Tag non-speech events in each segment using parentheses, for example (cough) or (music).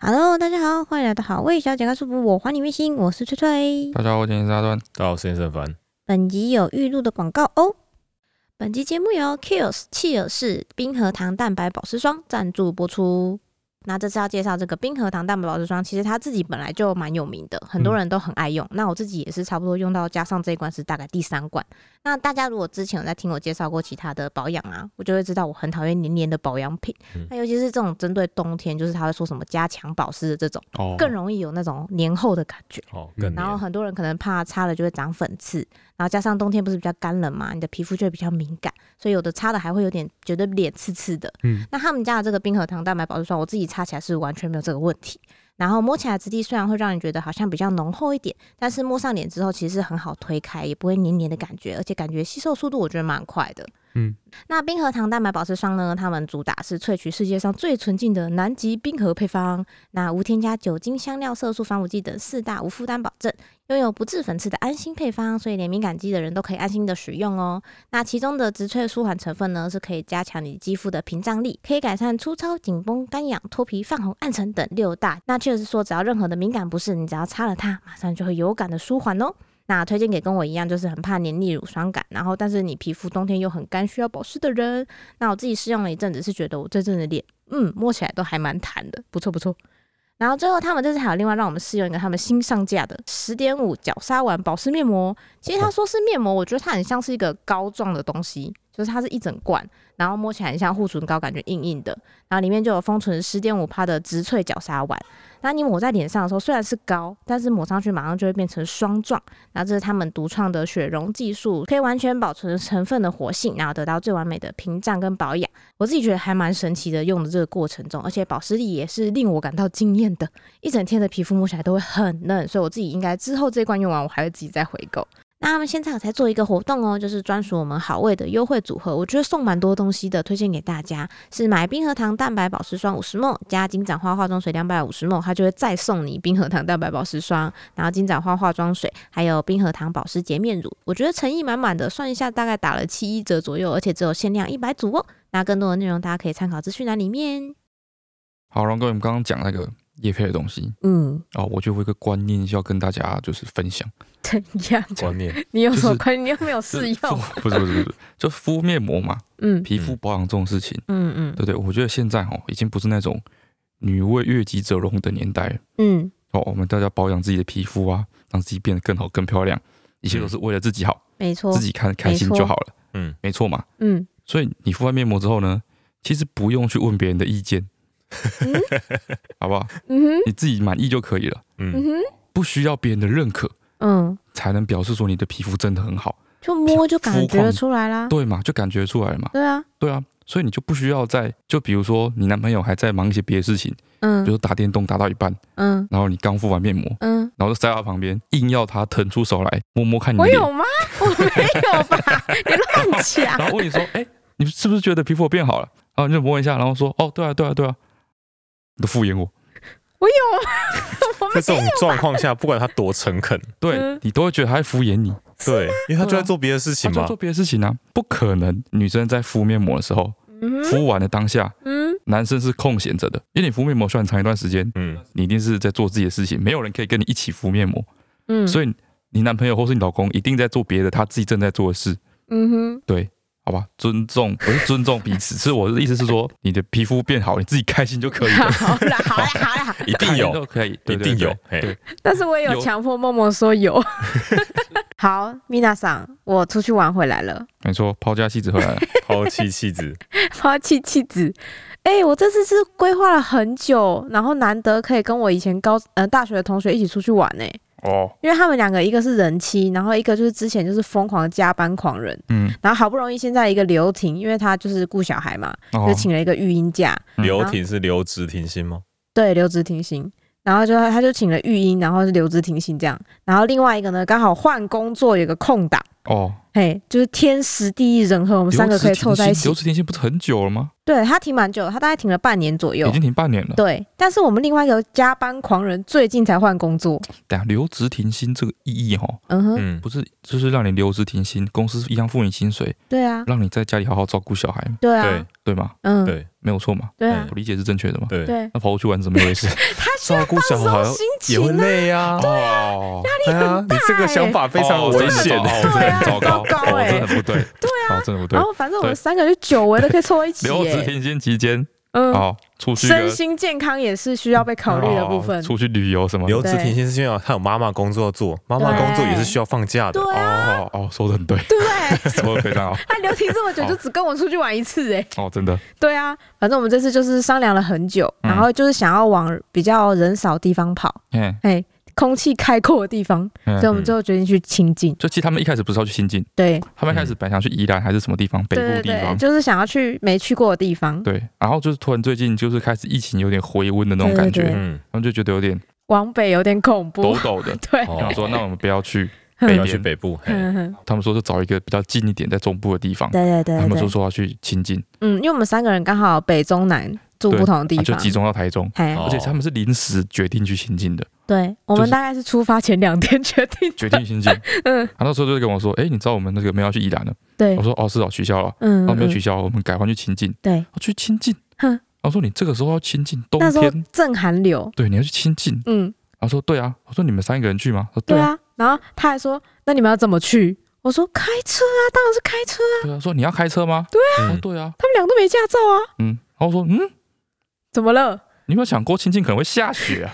Hello，大家好，欢迎来到好味小姐告诉我，我还你微信，我是翠翠。大家好，我今天是阿端。大家好，哦我是沈凡。本集有预录的广告哦。本集节目由 Kills 契尔氏冰河糖蛋白保湿霜赞助播出。那这次要介绍这个冰河糖蛋白保湿霜，其实它自己本来就蛮有名的，很多人都很爱用。那我自己也是差不多用到加上这一罐是大概第三罐。那大家如果之前有在听我介绍过其他的保养啊，我就会知道我很讨厌黏黏的保养品。嗯那尤其是这种针对冬天，就是他会说什么加强保湿的这种，哦更容易有那种黏厚的感觉。哦，更然后年很多人可能怕擦了就会长粉刺，然后加上冬天不是比较干冷嘛，你的皮肤就会比较敏感，所以有的擦的还会有点觉得脸刺刺的。嗯，那他们家的这个冰河糖蛋白保湿霜，我自己擦起来是完全没有这个问题。然后摸起来质地虽然会让你觉得好像比较浓厚一点，但是摸上脸之后其实是很好推开，也不会黏黏的感觉，而且感觉吸收速度我觉得蛮快的。嗯，那冰河糖蛋白保湿霜呢，他们主打是萃取世界上最纯净的南极冰河配方，那无添加酒精、香料、色素、防腐剂等四大无负担保证，拥有不致粉刺的安心配方，所以连敏感肌的人都可以安心的使用哦。那其中的植萃舒缓成分呢，是可以加强你肌肤的屏障力，可以改善粗糙、紧绷、干痒、脱皮、泛红、暗沉等六大。那确实说，只要任何的敏感不适，你只要擦了它，马上就会有感的舒缓哦。那推荐给跟我一样就是很怕黏腻乳酸感，然后但是你皮肤冬天又很干需要保湿的人，那我自己试用了一阵子，是觉得我这阵的脸，嗯，摸起来都还蛮弹的，不错不错。然后最后他们这次还有另外让我们试用一个他们新上架的十点五角鲨烷保湿面膜，其实它说是面膜，我觉得它很像是一个膏状的东西，就是它是一整罐，然后摸起来很像护唇膏，感觉硬硬的，然后里面就有封存十点五帕的植萃角鲨烷。那你抹在脸上的时候，虽然是膏，但是抹上去马上就会变成霜状。然后这是他们独创的雪溶技术，可以完全保存成分的活性，然后得到最完美的屏障跟保养。我自己觉得还蛮神奇的，用的这个过程中，而且保湿力也是令我感到惊艳的。一整天的皮肤摸起来都会很嫩，所以我自己应该之后这一罐用完，我还会自己再回购。那他们现在有在做一个活动哦，就是专属我们好味的优惠组合，我觉得送蛮多东西的，推荐给大家。是买冰河糖蛋白保湿霜五十 ml 加金盏花化妆水两百五十 ml，它就会再送你冰河糖蛋白保湿霜，然后金盏花化妆水，还有冰河糖保湿洁面乳。我觉得诚意满满的，算一下大概打了七一折左右，而且只有限量一百组哦。那更多的内容大家可以参考资讯栏里面。好，然后各位，我们刚刚讲那个叶配的东西嗯，哦，我就有一个观念是要跟大家就是分享，怎样？观念你有什么关？你有没有就是敷 (laughs) 不是不是不是，就敷面膜嘛，嗯皮肤保养这种事情，嗯对不对？我觉得现在哦，已经不是那种女为悦己者容的年代了嗯哦，我们大家保养自己的皮肤啊，让自己变得更好、更漂亮，一切都是为了自己好，没错自己看开心就好了，嗯，没错嘛。嗯，所以你敷完面膜之后呢，其实不用去问别人的意见，嗯 (laughs) 好不好？嗯哼，你自己满意就可以了。嗯，嗯不需要别人的认可，哼，嗯，才能表示说你的皮肤真的很好，就摸就感觉得出来啦。对嘛？就感觉出来了嘛，对啊，对啊，所以你就不需要再就比如说你男朋友还在忙一些别的事情，比如嗯说打电动打到一半，嗯然后你刚敷完面膜，嗯，然后就塞到他旁边，硬要他腾出手来摸摸看你的我脸，有啊吗？我没有 (laughs) 吧？你乱讲。然后问你说，哎、你是不是觉得皮肤有变好了？然后你就摸一下，然后说，哦，对啊，对啊，对啊，你都敷衍我，我有啊，我在没这种有状吧？况下，不管他多诚恳，对、嗯你都会觉得他在敷衍你，对，因为他就对啊在做别的事他情就在嘛做。别的事情啊，不可能女生在敷面膜的时候，嗯敷完的当下。嗯男生是空闲着的，因为你敷面膜虽然长一段时间，嗯，你一定是在做自己的事情，没有人可以跟你一起敷面膜，嗯，以所以你男朋友或是你老公一定在做别的他自己正在做的事，嗯哼，好吧？尊重不是尊重彼此，是我的意思是说，你的皮肤变好，你自己开心就 (laughs) 可以了，好啦好啦好啦，一定开心有，都可以，一对定有。，对对嘿，但是我也有有强迫默默说有。 (laughs) 好，米娜桑，我出去玩回来了，没错，抛家弃子回来了，抛弃妻子，抛弃妻子。哎、我这次是规划了很久，然后难得可以跟我以前高呃大学的同学一起出去玩呢、 (laughs) 哦，因为他们两个一个是人妻，然后一个就是之前就是疯狂加班狂人，嗯，然后好不容易现在一个留停，因为他就是顾小孩嘛，哦就，请了一个育婴假，嗯刘婷是留职停薪吗？对，留职停薪。然后就他就请了育婴，然后是留职停薪这样。然后另外一个呢，刚好换工作有个空档，哦，嘿，就是天时地利人和，我们三个可以凑在一起留。职停薪不是很久了吗？对他停蛮久，他大概停了半年左已右经。停半年了。对，但是我们另外一个加班狂人最近才换工作。等下留职停薪这个意义哈，嗯哼，嗯，不是就是让你留职停薪，公司一样付你薪水，对啊，让你在家里好好照顾小孩，对啊对对，吗？嗯，对没有错嘛，对啊我，理解是正确的嘛。对，对，那跑出去玩是怎么一回事？他需照要顾小放孩松心也会情啊。累啊，哦，对啊，你这个想法非常危险哦的，真的很糟糕，对啊哦真的很不对，对啊，真的不对然。后反正我们三个就久违的可以凑一起 (laughs) 留职耶，停薪期间，嗯，哦，出去身个心健康也是需要被考虑的部分哦。出去旅游什么的。留职停薪是因为他有妈妈工作做，妈妈工作也是需要放假的对，啊，哦哦，说的很对， (laughs) 对不对？说的非常好。他留停这么久，就只跟我出去玩一次哎。 (laughs) 哦，真的，对啊，反正我们这次就是商量了很久，嗯然后就是想要往比较人少地方跑，嗯哎、空气开阔的地方，嗯所以。我们最后决定去清境。就其实他们一开始不是要去新进，对，他们一开始本来想去宜兰还是什么地方，北对部对地对，方。就是想要去没去过的地方，对，然后就是突然最近就是开始疫情有点回温的那种感觉，对对然嗯，后就觉得有点往北有点恐抖怖。抖的，对，哦想说那我们不 (laughs) 要去哼北要去边，北部，嘿哼哼他们说就找一个比较近一点在中部的地方，对对他对们说对，说要去亲近，嗯，因为我们三个人刚好北中南住对不同的地啊就方，集中到台中，哎、哦而且他们是临时决定去亲近的，对，我就们是大概是出发前两天 (laughs) 决定，决定亲近， (laughs) 嗯，他那时候就跟我说，哎，你知道我们那个没有要去宜兰的，对我，说哦是哦取消了，嗯，哦没嗯有取消，我们改换去亲近，对，哦去亲近， (laughs) 哼然后说你这个时候要亲近冬那时候天，正寒流，对，你要去亲近，嗯，然后说对啊，我说你们三个人去吗？他说对啊，啊，然后他还说，那你们要怎么去？我说开车啊，当然是开车啊，对啊，说你要开车吗？对啊，嗯对啊，他们俩都没驾照啊，嗯，然后说嗯，怎么了？你有没有想过亲近可能会下雪啊？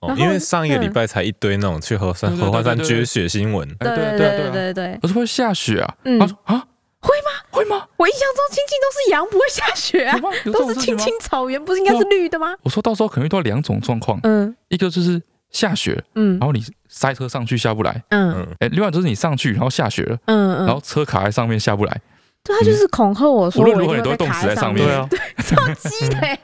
哦然后因为上一个礼拜才一堆那种去合欢对对合欢山对对对撅雪新闻，哎对啊对对啊对对啊，对对，我说会下雪啊，嗯他说啊会吗？会吗？我印象中亲近都是羊，不会下雪 (laughs) 啊有，吗？有这都种是事情青吗？哦青草原，不是应该是绿的吗？我说到时候可能遇到两种状况，嗯一个就是下雪，嗯然后你塞车上去下不来，嗯嗯，哎，另外就是你上去然后下雪了，嗯嗯，然后车卡在上面下不来，对他就是恐吓我无说，论我如一何你定会被都会冻卡死在在上上面面。对啊，超鸡的 (laughs) 欸，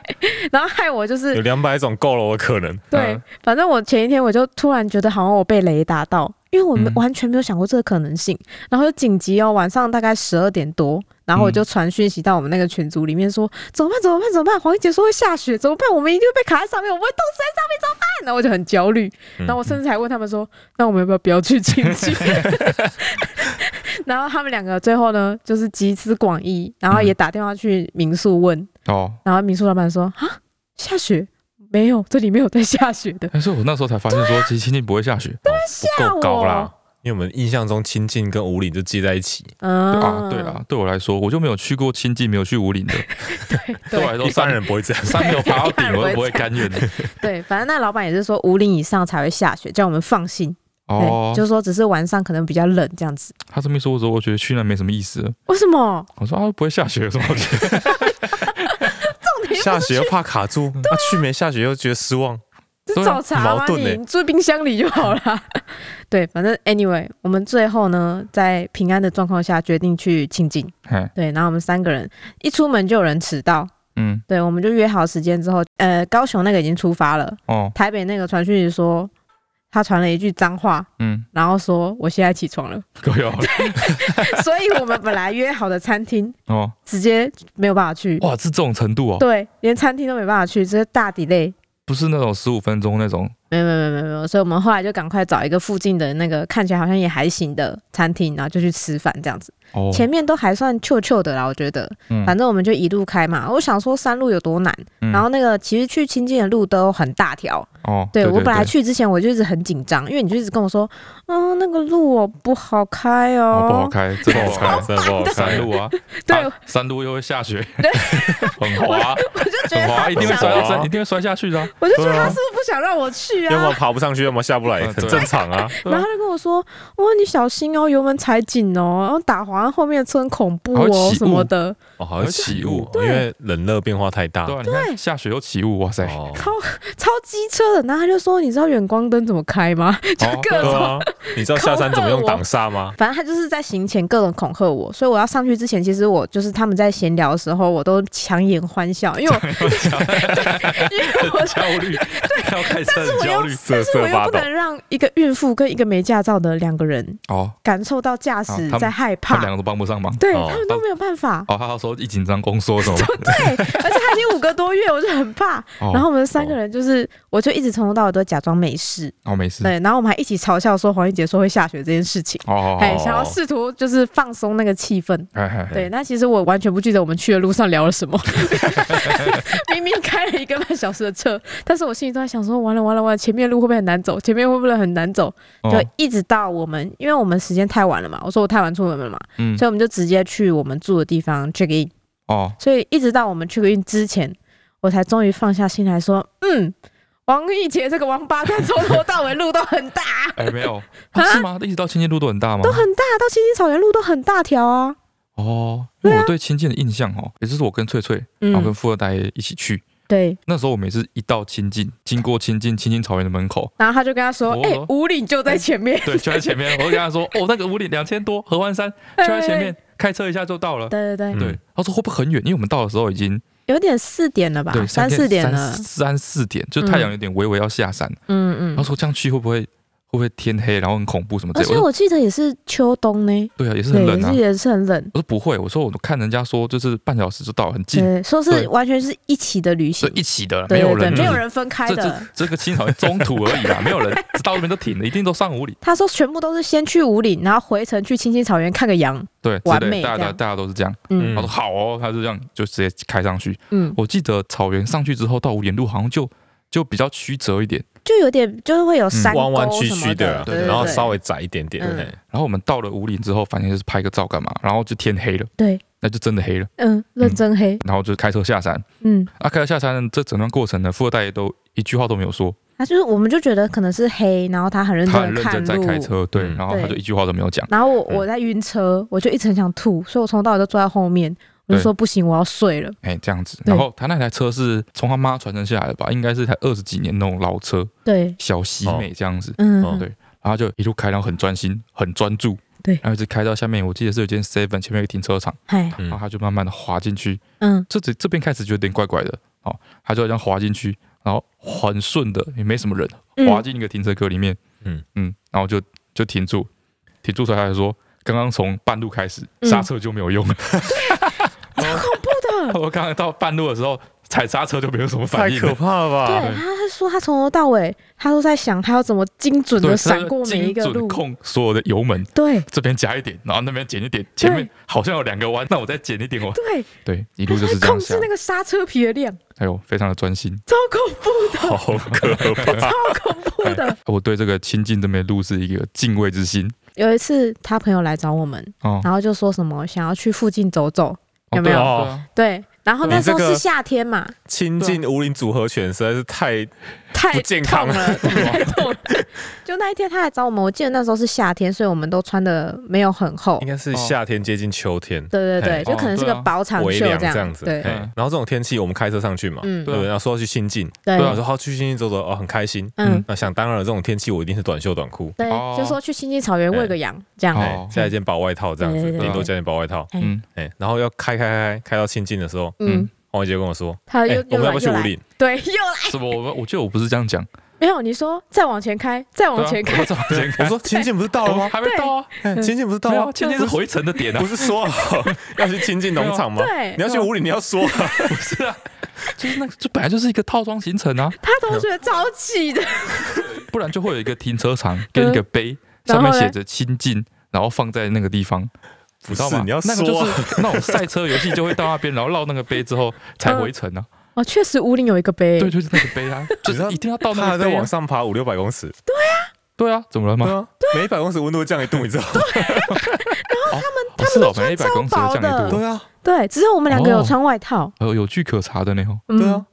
然后害我就有是两百种够了，我可能，对嗯，反正我前一天我就突然觉得好像我被雷打到，因为我们嗯完全没有想过这个可能性，然后就紧急哦，晚上大概十二点多。然嗯后我就传讯息到我们那个群组里面说，怎么办？怎么办？怎么办？黄玉姐说会下雪，怎么办？我们一定会被卡在上面，我们会冻死在上面，怎么办？然后我就很焦虑，嗯然后我甚至还问他们说，那我们要不要不要去亲戚？ (laughs) 嗯然后他们两个最后呢，就是集思广益，然嗯后也打电话去民宿问，哦。然后民宿老板说：“啊，下雪没有？这里没有在下雪 (laughs) 的。但是我那时候才发现 (laughs) 说，其实亲近不会下雪不够高啦。因为我们印象中亲近跟五岭就记在一起，”嗯，啊。对啦，对我来说，我就没有去过亲近，没有去五岭的， (laughs) 对我 (laughs) 对来说一般山人不 (laughs) 会这样。山没有爬到 (laughs) 顶，我都不会甘愿的。对，反正那老板也是说五岭以上才会下雪，叫我们放心。哦对，，就是说只是晚上可能比较冷这样子。哦他这么一说，我说我觉得去那没什么意思了。为什么？我说啊，不会下雪有什么好去？ (laughs) 重点下雪又怕卡住，啊，去没下雪又觉得失望。是对啊找茬吗矛？盾你欸你住冰箱里就好啦。 (laughs) 对，反正 anyway，我们最后呢，在平安的状况下决定去清境。哎，对，然后我们三个人一出门就有人迟到。嗯，对，我们就约好时间之后，呃，高雄那个已经出发了，哦，台北那个传讯息说，他传了一句脏话， (laughs) 嗯，哦然后说我现在起床 (laughs) 了，够用所以我们本来约好的餐厅哦。直接没有办法去，哇，是这种程度哦，对，连餐厅都没办法去，这是大 delay。不是那种十五分钟那种。没有没有没有没有，所以我们后来就赶快找一个附近的那个看起来好像也还行的餐厅，然后就去吃饭这样子。哦，前面都还算臭臭的啦，我觉得，嗯反正我们就一路开嘛。我想说山路有多难，嗯然后那个其实去清境的路都很大条，哦，对对我本来去之前我就一直很紧张，因为你就一直跟我说，嗯，那个路哦不好开哦哦，不好开，真的不 (laughs) 好开，真的不好山看。路啊， (laughs) 对啊山路又会 (laughs) 下雪， (laughs) 很滑，啊我就觉很 (laughs) 得滑，他一不定会想，摔到很山，滑一定会摔下去的啊。 (laughs) 我就觉得他是不是不想让我去要么啊？爬不上去，要么下不来，嗯很对正常啊。对然啊后他就跟我说：“哦，你小心哦，油门踩紧哦，然后打滑后面的车很恐怖还会哦起雾什么的。哦，好像起雾，对因为冷热变化太大对。啊，你看下雪又起雾，哇塞，(laughs) 哦哦，超”超机车的。然后他就说：“你知道远光灯怎么开吗？”就各对哦种。啊，你知道下山怎么用挡煞吗？反正他就是在行前各种恐吓我，所以我要上去之前，其实我就是他们在闲聊的时候，我都 (laughs) 强颜欢笑，因为我对因为我焦虑，要开车很我一焦虑瑟我瑟又发不抖。能让一个孕妇跟一个没驾照的两个人哦，感受到驾啊驶他们在害他们两怕，个都帮不上忙。对哦他们都没有办法。哦，他说一紧张宫缩什么的，对，而且他已经五个多月，我就很怕。哦然后我们三个人就是，我就一直从头到尾都假装没事，哦没事，对。然后我们还一起嘲笑说黄奕杰说会下雪这件事情，哦，哎，想要试图就是放松那个气氛。哎哎，哎对，那其实我完全不记得我们去的路上聊了什 (laughs) 么，明明开了一个半小时的车，但是我心里都在想说，完了完了完了，前面路会不会很难走？前面会不会很难走？哦就一直到我们，因为我们时间太晚了嘛，我说我太晚出门了嘛，嗯所以我们就直接去我们住的地方 check in，哦，所以一直到我们 check in 之前，我才终于放下心来说，嗯， (laughs) 王一杰这个王八蛋从头到尾路都很大，哎没有，啊是吗？一直到青青路都很大吗？都很大，到青青草原路都很大条啊，哦，因为我对青青的印象哦，也就是我跟翠翠，然后跟嗯，富二代一起去，对，那时候我每次一到清境，经过清境清境草原的门口， (laughs) 然后他就跟他说，我哎、五岭就在前面。哦对，就在前面，我就跟他说，哦，那个五里两千多，合欢山就在前面，开车一下就到了。 (laughs) 对对对，嗯对，他说会不会很远？因为我们到的时候已经有点四点了吧，对三天四点三了，三四点，就是太阳有点微微要下山。嗯他嗯。说这样去会不会会不会天黑，然后很恐怖什么之而类的？且我说我记得也是秋冬呢，对啊，也是对，很也冷啊是。也是很冷，我说不会，我说我看人家说就是半小时就到了，很近，对，说是对完全是一起的旅行对，，一起的，对没有对对，人，没有就是。人分开这的这。这个青草原中途而已啦，没有人，直到那边都停了，一定都上五里，他说全部都是先去五岭，然后回程去青青草原看个羊，对，(laughs) 之完类美的大这家样大家都是这样。嗯他说好哦，他就这样就直接开上去。嗯，我记得草原上去之后到五点路好像就就比较曲折一点，就有点就是会有山弯弯沟曲什么曲的，对对，然后对稍微窄一点点。嗯嘿然后我们到了五岭之后，反正就是拍个照干嘛，然后就天黑了，对，那就真的黑了，嗯，认真黑，然后就开车下山。嗯，啊，开车下山这整段过程呢，富二代也都一句话都没有说，他就是我们就觉得可能是黑，然后他很认他真很的认看真在路，开车，对，嗯然后他就对一句话都没有讲。然后我嗯我在晕车，我就一直很想吐，所以我从头到尾都坐在后面，我就对说不行，我要睡了。哎，这样子，对然后他那台车是从他妈传承下来的吧，应该是台二十几年那种老车，对，小西美这样子，嗯，哦对然后就一路开，然后很专心，很专注，对然后一直开到下面，我记得是有间 Seven 前面有个停车场，嗨，嗯然后他就慢慢的滑进去，嗯，这这这边开始就有点怪怪的，哦，他就这样滑进去，然后很顺的，也没什么人，滑嗯，进一个停车格里面，嗯嗯，然后就就停住，停住出来说，刚刚从半路开始嗯刹车就没有用了， (laughs) 啊不的，我刚刚到半路的时候踩刹车就没有什么反太应可了。怕 (laughs) 了吧！对，他他说他从头到尾，他都在想他要怎么精准对，的他就闪过每一个精准路，控所有的油门，对这边加一点，然后那边减一点，前面好像有两个弯，那我再减一点哦。对，对，一他路就是在这控样下制，那个刹车皮的量，哎呦，非常的专心。超恐怖的，好可 (laughs) 怕！超恐怖哎的。我对这个亲近这边的路是一个敬畏之心有一次他朋友来找我们，哦。然后就说什么想要去附近走走，啊有没有哦对啊对啊对，然后那哦你时这候个是夏天嘛，亲近五林组合拳实在是太哦太不健康痛 (laughs) 了，太痛了。就那一天他来找我们，我记得那时候是夏天，所以我们都穿的没有很厚应，该是哦夏天接近秋天，对对对，嘿就可能是个哦对啊薄长哎微袖凉这这样样子。对嘿嗯啊然后这种天气，我们开车上去嘛，嗯对啊不对？然后说要去新进，对对我啊说好去新进走走，哦，很开心。嗯那想当然了，这种天气我一定是短袖短裤，对哦，就说去新进草原喂个羊这样哦，哎，加一件薄外套这样对子，对对顶多加件薄外套。嗯，哎，然后要开开开开到清境的时候，嗯嗯，黄伟杰跟我说他：“又哎，我又们要来不要去又五来，岭对，又来，什么？我们我记得我不是这样讲，没有你说再往前开，再对往啊前开 (laughs) 我，说往？”前我开， (laughs) 说：“清境不是到我了们吗还没到啊，？嗯哎清境不是到没了有啊，？吗今天是回程的点啊不，(laughs) 是说 (laughs) 好要去清境农场吗？对，你要去嗯五岭，你要说啊不是啊，就是那这本来就是一个套装行程 (laughs) 啊，他同学超气的，不然就会有一个停车场跟一个碑，然上后面嘞写着亲近，然后放在那个地方。不你知道吗是，？你要那个说就啊。是那种赛车游戏，就会到那边，然后绕那个碑之后才回程啊。哦，确实五岭有一个碑对，，就是那个碑 (laughs) 啊，就你知道是一定要到他那还个在碑啊往。上爬五六百公尺，对啊，怎么了对吗？啊，每一百公尺温度会降一度，你知道吗？不是哦，每一百公尺薄降的一度 (laughs) 对啊，对，只有我们两个有哦穿外套，哦，有据可查的呢。哦对啊嗯，，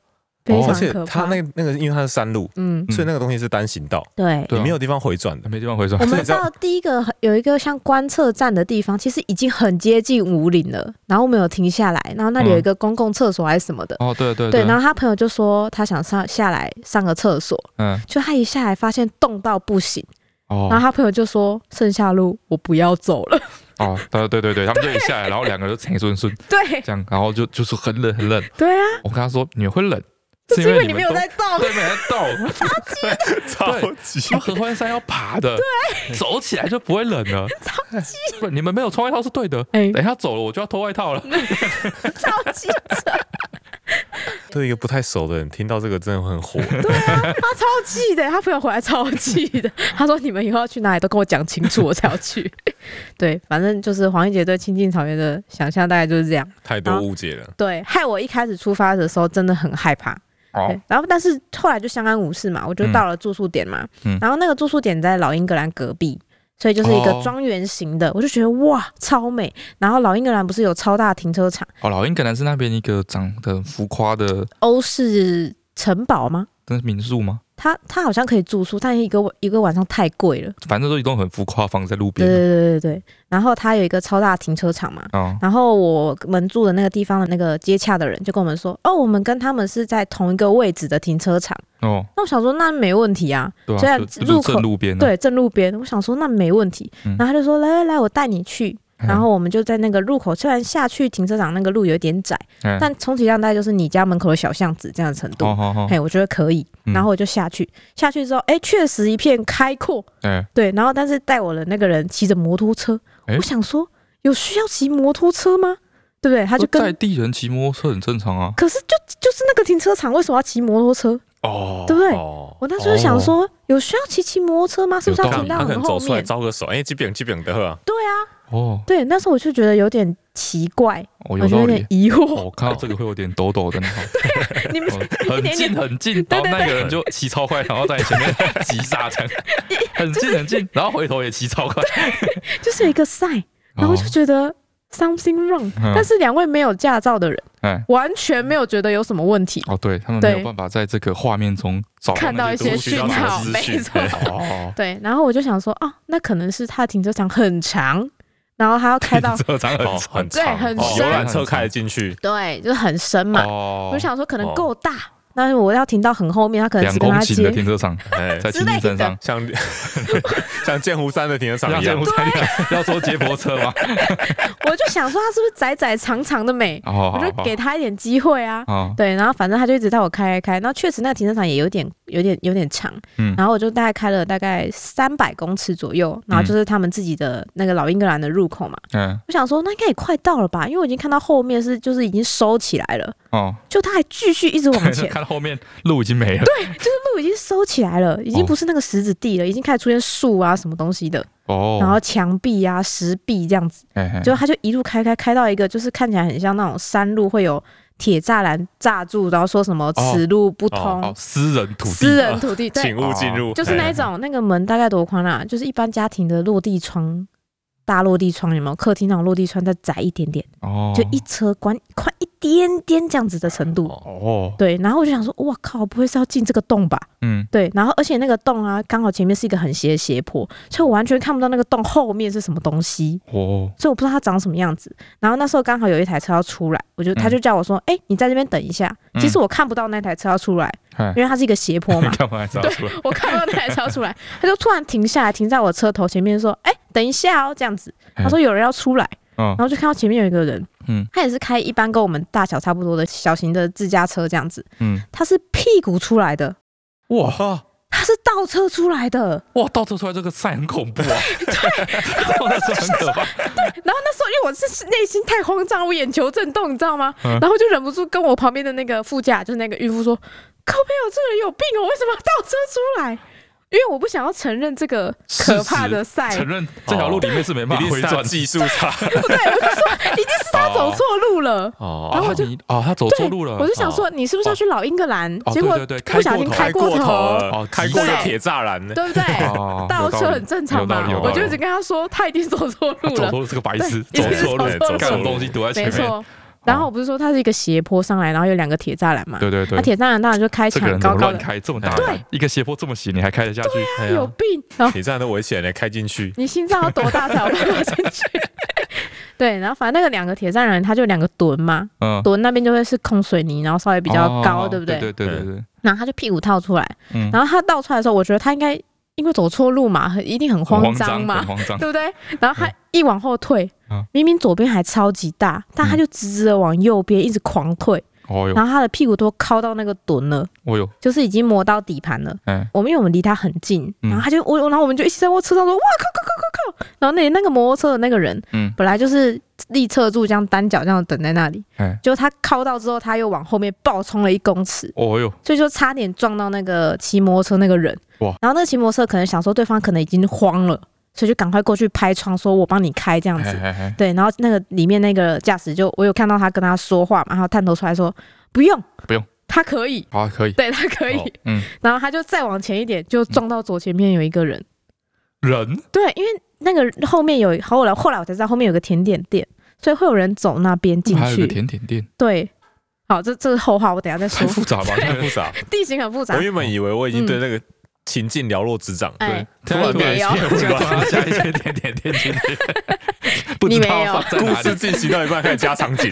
非哦而常且可它怕，那个那个，因为它是山路，嗯，嗯所以那个东西是单行道，对。对啊啊你没有地方回转的。没地方回转我。所以们你知道到第一个有一个像观测站的地方，其实已经很接近五岭了。然后我们有停下来，然后那里有一个公共厕所还是什么的。哦，对对对，然后他朋友就说他想上下来上个厕所，嗯，就他一下来发现冻到不行，然哦后他朋友就说剩下路我不要走了。哦，对对对对，他们就一下来，然后两个人就踩顺顺对这样，然后就就是很冷很冷。对啊，我跟他说你们会冷，是因为你没有都在动， (laughs) 对，没有在动， (laughs) 超级因为合欢山要爬的，对，走起来就不会冷了。超级不，你们没有穿外套是对的。哎等一下走了，我就要脱外套了。超级扯， (laughs) 对一个不太熟的人听到这个真的会很火，他超气的，他朋友回来超气的，他说你们以后要去哪里都跟我讲清楚，我才要 (laughs) 去。对，反正就是黄奕杰对亲近草原的想象大概就是这样。太多误解了。对，害我一开始出发的时候真的很害怕。哦对，，然后但是后来就相安无事嘛，我就嗯到了住宿点嘛，嗯然后那个住宿点在老英格兰隔壁。所以就是一个哦庄园型的，我就觉得哇，超美。然后老英格兰不是有超大停车场，哦，老鹰可能是那边一个长得很浮夸的，欧式城堡吗？那是民宿吗？它它好像可以住宿，但一个一个晚上太贵了。反正都一栋很浮夸的房子在路对边。对对对对。然后它有一个超大停车场嘛，哦，然后我们住的那个地方的那个接洽的人就跟我们说，哦，我们跟他们是在同一个位置的停车场。哦，那我想说，那没问题啊，对虽啊，然就入路口正路边啊。对，正路边。我想说那没问题，啊嗯然后他就说来来来，我带你去。嗯，然后我们就在那个入口，虽然下去停车场那个路有点窄，嗯，但充其量大概就是你家门口的小巷子这样的程好度。好好，嘿，我觉得可以。哦嗯然后我就下去，下去之后，哎，确实一片开阔。哎，对，然后但是带我的那个人骑着摩托车，哎我想说有需要骑摩托车吗？对不对？他就在跟，地人骑摩托车很正常啊。可是就就是那个停车场，为什么要骑摩托车？哦，对不对哦我那时候想说，有需要骑骑摩托车吗？是不是有要道停理到他可很能走后出来面？招个手，哎，几饼几饼的呵，对啊，哦，对，那时候我就觉得有点奇怪，哦，我有觉得道有理点。疑哦惑。我看到这个会有点抖抖的，然后 (laughs) 你们哦一很点点近很近，对然对后对那个人就骑超快，然后在你前面 (laughs) 急刹这样，很近很近，然后回头也骑超快，就是一个赛，然后我就觉得 something wrong。哦嗯但是两位没有驾照的人，哎。完全没有觉得有什么问题。哦，对他们没有对办法在这个画面中找到看到那一些东西 (laughs) 讯让他们号知没 (laughs) 讯错 (laughs) 哦，对，然后我就想说，哦，那可能是他的停车场很长，然后他要开到车长哦很长很对长很哦深游览车开得进去，对，就是很深嘛。哦我就想说可能够大，但是我要停到很后面，他可能两只跟公他顷的接。停车场 (laughs) 哎，在青青身上，像 (laughs) 像剑湖山的停车场像一柬样埔，寨一样 (laughs) 要坐接驳车吗？ (laughs) (laughs) 我就想说他是不是窄窄长长的美，哦，我就给他一点机会啊。啊，对，然后反正他就一直带我开开开，然后确实那个停车场也有点有点有点长，嗯然后我就大概开了大概三百公尺左右，然后就是他们自己的那个老英格兰的入口嘛，嗯，我想说那应该也快到了吧，因为我已经看到后面是就是已经收起来了，哦，就他还继续一直 (laughs) 往 (laughs) (laughs) 前，看到后面路已经没了，路已经收起来了，已经不是那个石子地了，已经开始出现树啊什么东西的，哦，然后墙壁啊石壁这样子，哎哎就他就一路开开开到一个就是看起来很像那种山路会有铁栅栏栅住，然后说什么此路不通。哦，私人土地，私人土地，对哦请，勿进入，哎就是那一种那个门大概多宽啦、就是一般家庭的落地窗，大落地窗有没有？客厅那种落地窗再窄一点点，哦，就一车宽宽一点点这样子的程度。哦哦，对，然后我就想说，哇靠，不会是要进这个洞吧？嗯，对，然后而且那个洞啊，刚好前面是一个很斜的斜坡，所以我完全看不到那个洞后面是什么东西，哦，所以我不知道它长什么样子。然后那时候刚好有一台车要出来，我就嗯他就叫我说，哎、你在这边等一下。其实我看不到那台车要出来，哎，因为它是一个斜坡嘛 (laughs) 干嘛还找出来？我看到那台车出来，他就突然停下来，停在我车头前面，说：“哎、等一下哦，这样子。”嗯他说有人要出来，嗯然后就看到前面有一个人，嗯他也是开一般跟我们大小差不多的小型的自家车这样子，嗯，他是屁股出来的，哇他是倒车出来的。哇，倒车出来这个赛很恐怖啊，对，那是很可怕，然后那时候因为我是内心太慌张，我眼球震动，你知道吗？嗯然后就忍不住跟我旁边的那个副驾，就是那个孕妇说：“靠朋友，这个人有病哦，为什么要倒车出来？”因为我不想要承认这个可怕的赛，承认这条路里面是没一办法定回是他转技术差对，我就说一定是他走错路了。 (laughs) 哦然后就哦，他走错路了，我就想说，你是不是要去老英格兰？哦结果对对对不小心开开过头，了哦开过急了刹铁栅栏呢。对不对？ (laughs) 哦倒车很正常有道嘛理有道。理我就一直跟他说，他一定走错他路走了，错路是个白痴，对走错一定是走路，错路干什么东西堵在没前面，哦错。然后我不是说它是一个斜坡上来，然后有两个铁栅栏嘛？对对那对，铁栅栏当然就开这个墙人怎高么高乱的，啊开这么大胆？一个斜坡这么斜，你还开得下去？哎有呀，病！然后铁栅栏都危险嘞，开进去你心脏要多大才有办法进去？ (laughs) 对，然后反正那个两个铁栅栏，它就有两个墩嘛，嗯，墩那边就会是空水泥，然后稍微比较高，哦对不对对对对，然后他就屁股套出来，嗯然后他倒出来的时候，我觉得他应该因为走错路嘛，很一定很慌张嘛很，慌张，对不对？然后他一往后退，嗯明明左边还超级大，但他就直直的往右边一直狂退， (laughs) 哦哟，然后他的屁股都靠到那个墩了，哦哟，就是已经磨到底盘了。哎，我们因为我们离他很近，嗯然后他就我，然后我们就一起在我车上说哇靠靠靠靠靠，然后那那个摩托车的那个人嗯，本来就是立侧柱这样单脚这样等在那里哎，结果他靠到之后他又往后面暴冲了一公尺，哦哟，所以就差点撞到那个骑摩托车那个人。哇然后那个骑摩托车可能想说对方可能已经慌了，所以就赶快过去拍窗说我帮你开这样嘿子。嘿嘿，对，然后那个里面那个驾驶就我有看到他跟他说话嘛，然后探头出来说不用不用，他可以，好，可以，对他可以。哦嗯， (laughs) 然后他就再往前一点，就撞到左前面有一个人。人对，因为那个后面有后来后来我才知道后面有个甜点店，所以会有人走那边进哦还有一个去。甜点店，对，好，这这是后话，我等一下再太说。复杂吧？太 (laughs) 复杂。地形很复杂我，原本以为我已经对那个情境了若指掌，哎对，，突然你没有变，突然帮他加一些甜点店 (laughs) 进去，不你知没道有放在故哪事里，进行到一半开始加场景，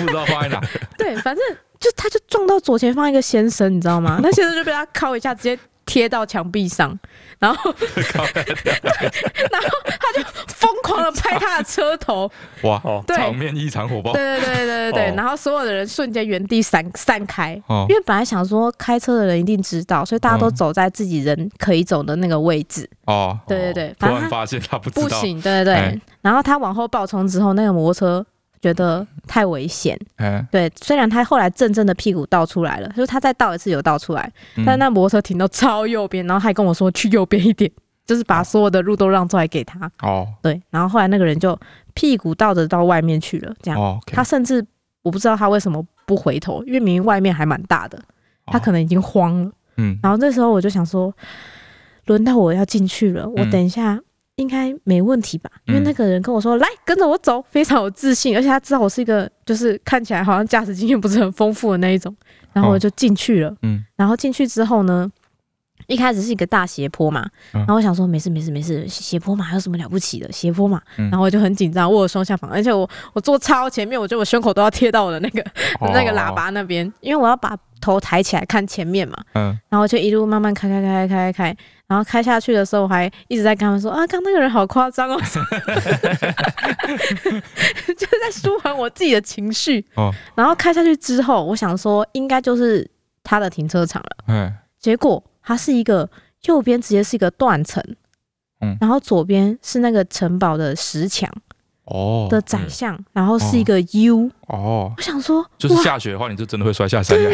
不知道放在哪，对，反正就他就撞到左前方一个先生，你知道吗？那先生就被他敲一下，直接贴到墙壁上，然 (laughs) 后 (laughs) 然后他就疯狂的拍他的车头，哇，哦对场面异常火爆对，对对对对对，哦然后所有的人瞬间原地散散开。哦因为本来想说开车的人一定知道，所以大家都嗯走在自己人可以走的那个位置。哦，对对对，突反正然他发现他不知不道，行，对对对哎。然后他往后爆冲之后，那个摩托车觉得太危险，哎，对，虽然他后来正正的屁股倒出来了，就是他再倒一次有倒出来，嗯但那摩托车停到超右边，然后还跟我说去右边一点， (laughs) 就是把所有的路都让出来给他。哦对，然后后来那个人就屁股倒着到外面去了，这样。哦，OK，他甚至我不知道他为什么不回头，因为明明外面还蛮大的，他哦可能已经慌了。嗯，然后那时候我就想说，轮到我要进去了，我嗯等一下应该没问题吧？因为嗯那个人跟我说：“来，跟着我走。”非常有自信，而且他知道我是一个就是看起来好像驾驶经验不是很丰富的那一种。然后我哦就进去了，嗯，然后进去之后呢，一开始是一个大斜坡嘛，嗯然后我想说没事没事没事，斜坡嘛，还有什么了不起的斜坡嘛？嗯然后我就很紧张，握有双下方，而且我我坐超前面，我觉得我胸口都要贴到我的那个、哦那个喇，叭那边，因为我要把头抬起来看前面嘛。嗯，然后就一路慢慢开开开开开开，然后开下去的时候，我还一直在跟他们说啊，刚那个人好夸 (laughs) 张哦， (laughs) 就是在舒缓我自己的情绪。哦然后开下去之后，我想说应该就是他的停车场了，哎，结果它是一个右边直接是一个断层。嗯然后左边是那个城堡的石墙哦的窄巷，然后是一个 U。哦，我想说，就是哇，下雪的话，你就真的会摔下山崖，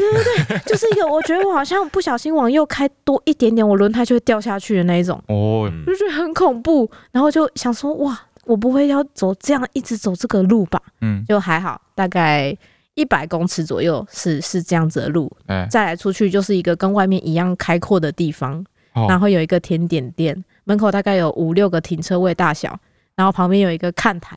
就是一个我觉得我好像不小心往右开多一点点，我轮胎就会掉下去的那一种。哦， (laughs) 嗯我就觉得很恐怖，然后就想说，哇，我不会要走这样一直走这个路吧？嗯，就还好，大概一百公尺左右是是这样子的路，哎，再来出去就是一个跟外面一样开阔的地方，然哦，后有一个甜点店，门口大概有五六个停车位大小，然后旁边有一个看台。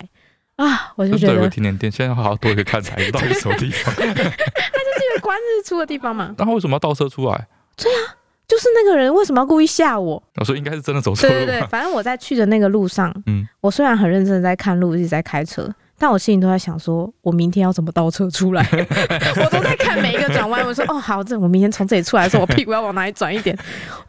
啊，我就真觉的得有个这甜点店，现在好像多一个看台，到底什么地方？ (laughs) 个关日出的地方嘛，那为什么要倒车出来？就是那个人为什么要故意吓我？我说应该是真的走错对路对 (laughs) 对，吧？反正我在去的那个路上，嗯我虽然很认真地在看路，一直在开车，但我心里都在想说，我明天要怎么倒车出来？ (laughs) 我都在看每一个转弯。我说，哦，好，这我明天从这里出来的时候，我屁股要往哪里转一点？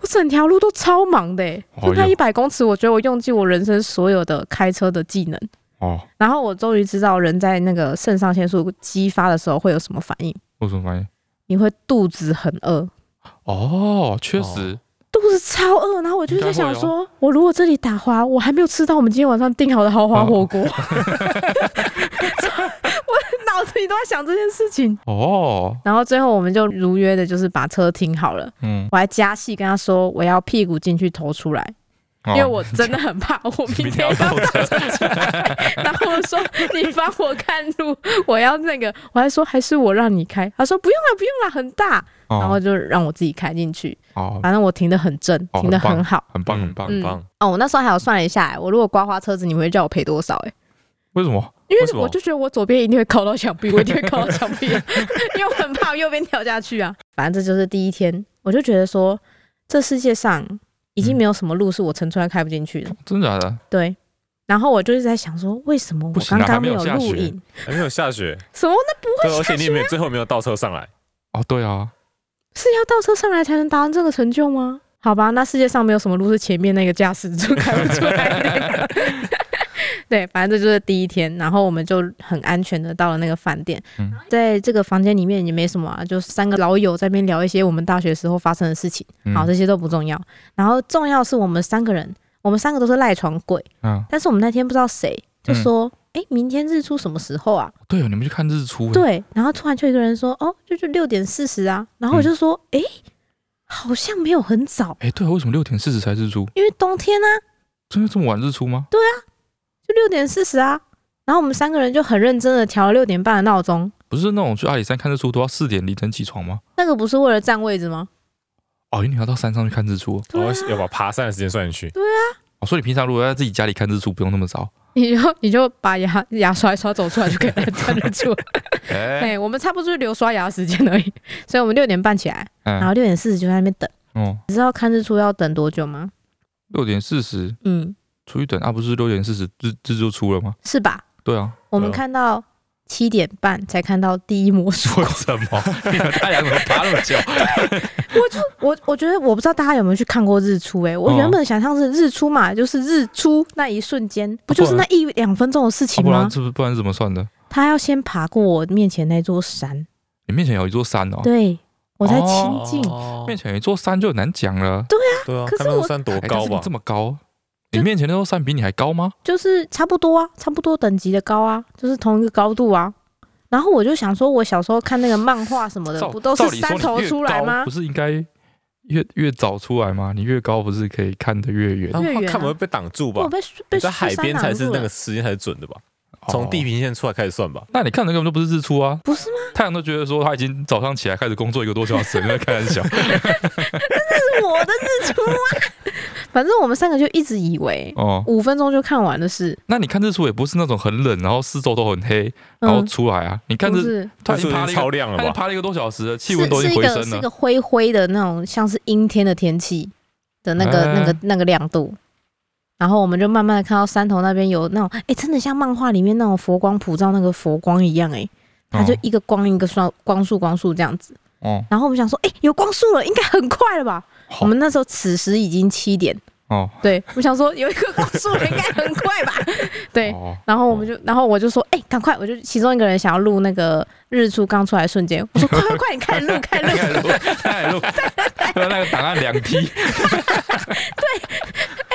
我整条路都超忙的、欸，哦就那哟一百公尺，我觉得我用尽我人生所有的开车的技能。哦，然后我终于知道人在那个肾上腺素激发的时候会有什么反应，我什么发现？你会肚子很饿，哦，确实，肚子超饿，然后我就在想应该哦说，我如果这里打滑，我还没有吃到我们今天晚上订好的豪华 (laughs) 火锅， (laughs) 我脑子里都在想这件事情。哦，然后最后我们就如约的，就是把车停好了。嗯，我还加戏跟他说，我要屁股进去头出来，因为哦我真的很怕我明天明天要要倒倒车，车出来。然后我说你帮我看路，我要那个，我还说还是我让你开。他说不用了，不用了，很大。然后哦，就让我自己开进去，哦，反正我停的很正，哦停的很棒很好。很棒，很棒，嗯很棒。哦，我那时候还有算了一下、欸我如果刮花车子，你们会叫我赔多少、欸？为什么？因为什为么我就觉得我左边一定会靠到墙壁，我一定会靠到墙壁，啊 (laughs) 因为我很怕右边跳下去啊。反正这就是第一天，我就觉得说，这世界上已经没有什么路是我乘出来开不进去的。真的假的？对。然后我就是在想说，为什么不我行刚啊刚还没没有有下录雪影？还哎没有下雪，什么？那对，而且你也没有最后没有倒车上来，哦，对啊，是要倒车上来才能达成这个成就吗？好吧，那世界上没有什么路是前面那个驾驶座开不出来的。 (laughs) 对，反正这就是第一天，然后我们就很安全的到了那个饭店，嗯在这个房间里面也没什么、啊，就三个老友在那边聊一些我们大学时候发生的事情，嗯好，这些都不重要，然后重要是我们三个人，我们三个都是赖床鬼，嗯，但是我们那天不知道谁就说，哎、明天日出什么时候啊？对哦，你们去看日出，，对，然后突然就一个人说，哦，就就六点四十啊，然嗯后我就说，哎、好像没有很早，哎，对啊，为什么六点四十才日出？因为冬天啊，真的这么晚日出吗？就六点四十啊。然后我们三个人就很认真的调了六点半的闹钟，不是那种去阿里山看日出都要四点凌晨起床吗？那个不是为了占位置吗？哦，因为你要到山上去看日出哦对啊哦，要把爬山的时间算进去。哦，所以你平常如果在自己家里看日出，不用那 (laughs) 么早。 (laughs) 你就你就把牙牙刷一刷走出来就可以来 (laughs) 站得 (laughs) 住。哎，哎，我们差不多就是留刷牙时间而已，所以我们六点半起来，然嗯，后六点四十就在那边等。哦，你知道看日出要等多久吗？六点四十嗯，出去等啊，不是六点四十日日就出了吗？是吧？(laughs) 对啊，我们看到七点半才看到第一抹曙 (laughs) 为什么？太阳 (laughs) 怎么爬那么久？我我觉得我不知道大家有没有去看过日出、欸，我哦原本想象是日出嘛，就是日出那一瞬间，不就是那一两分钟的事啊情不吗然？是不是不然是怎么算的？他要先爬过我面前那座山，你面前有一座山哦，对我才哦亲近，哦面前有一座山就很难讲了。对啊，可是看那我座山多哎但高是吧你这？么高，你面前那座山比你还高吗？就是差不多啊，差不多等级的高啊，就是同一个高度啊。然后我就想说，我小时候看那个漫画什么的，照不都照是理山说头你越出来高吗不？是应该越越早出来吗？你越高不是可以看得越远？他越远啊看我会被挡住吧我？被被你在海边才是山挡住那个了时间才是准的吧？从地哦，平线出来开始算 (laughs) 吧。那你看的根本就不是日出啊！不是吗？太阳都觉得说他已经早上起来开始工作一个多小时，那开玩笑。是我的日出啊！ (laughs) 反正我们三个就一直以为哦，五分钟就看完的事，那你看日出也不是那种很冷，然后四周都很黑，然后嗯，出来啊？你看不日，是。他它已是经不爬是了一超个，亮他了已经吧？爬了一个多小时了，气是温都已是经一回个升是一了。个灰灰的那种，像是阴天的天气的那个、哎那个那个亮度。然后我们就慢慢的看到山头那边有那种，哎、真的像漫画里面那种佛光普照那个佛光一样、哎，它就一个光一个双光束光束这样子。哦然后我们想说，哎、有光束了，应该很快了吧？好我们那时候此时已经七点，哦对，我想说有一个光束了，应该很快吧？对，哦，然后我们就，然后我就说，哎、赶快！我就其中一个人想要录那个日出刚出来的瞬间， (laughs) 我说快快快，你开始录，开始录！开始录，哎开始录， (laughs) 那个档案两 T，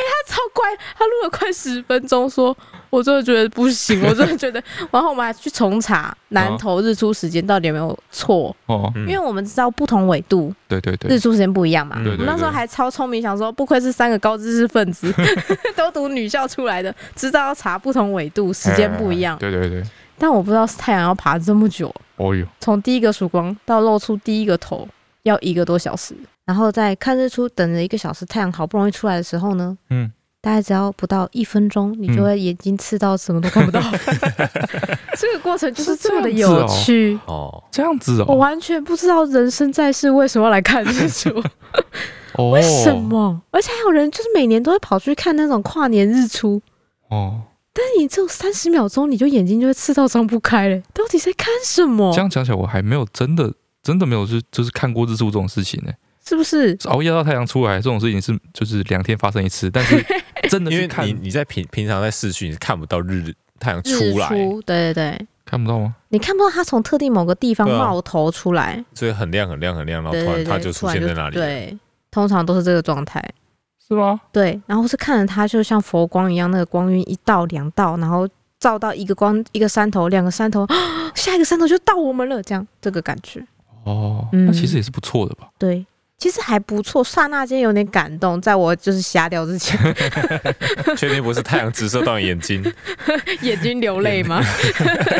他超乖，他录了快十分钟，说我真的觉得不 (laughs) 行，我真的觉得。然后我们还去重查南投日出时间到底有没有错，哦，因因为我们知道不同纬度对对对日，出时间不一样嘛。嗯对我们对那时候对，还超聪明，想说不愧是三个高知识分子， (laughs) 都读女校出来的，知道要查不同纬度时间不一样。对对对，但我不知道太阳要爬这么久，哦哟，从第一个曙光到露出第一个头要一个多小时，然后在看日出等了一个小时，太阳好不容易出来的时候呢，嗯，大概只要不到一分钟，你就会眼睛刺到什么都看不到。这个过程就是这么的有趣，哦这样子我哦，完全不知道人生在世为什么要来看日出，哦，为什？么？而且还有人就是每年都会跑去看那种跨年日出。哦，但你只有三十秒钟，你就眼睛就会刺到张不开了，到底在看什么这？样讲起来，我还没有真的真的没有去就是看过日出这种事情呢。是不是？熬夜到太阳出来这种事情是就是两天发生一次，(laughs) 但是真的因去为看你你在平平常在市区你是看不到日太阳日出来，出，对对对，看不到吗？你看不到它从特定某个地方对啊冒头出来，所以很亮很亮很亮，然后对突对然对，它就突出然现在那里。对，通常都是这个状态。是吗？对，然后是看着它就像佛光一样，那个光晕一道两道，然后照到一个光一个山头，两个山头， (gasps) 啊下一个山头就到我们了，这样这个感觉。哦，嗯那其实也是不错的吧？对，其实还不错，刹那间有点感动，在我就是瞎掉之 (laughs) 前，确定不是太阳直射到你 (laughs) 眼睛？眼睛流泪吗？ (laughs)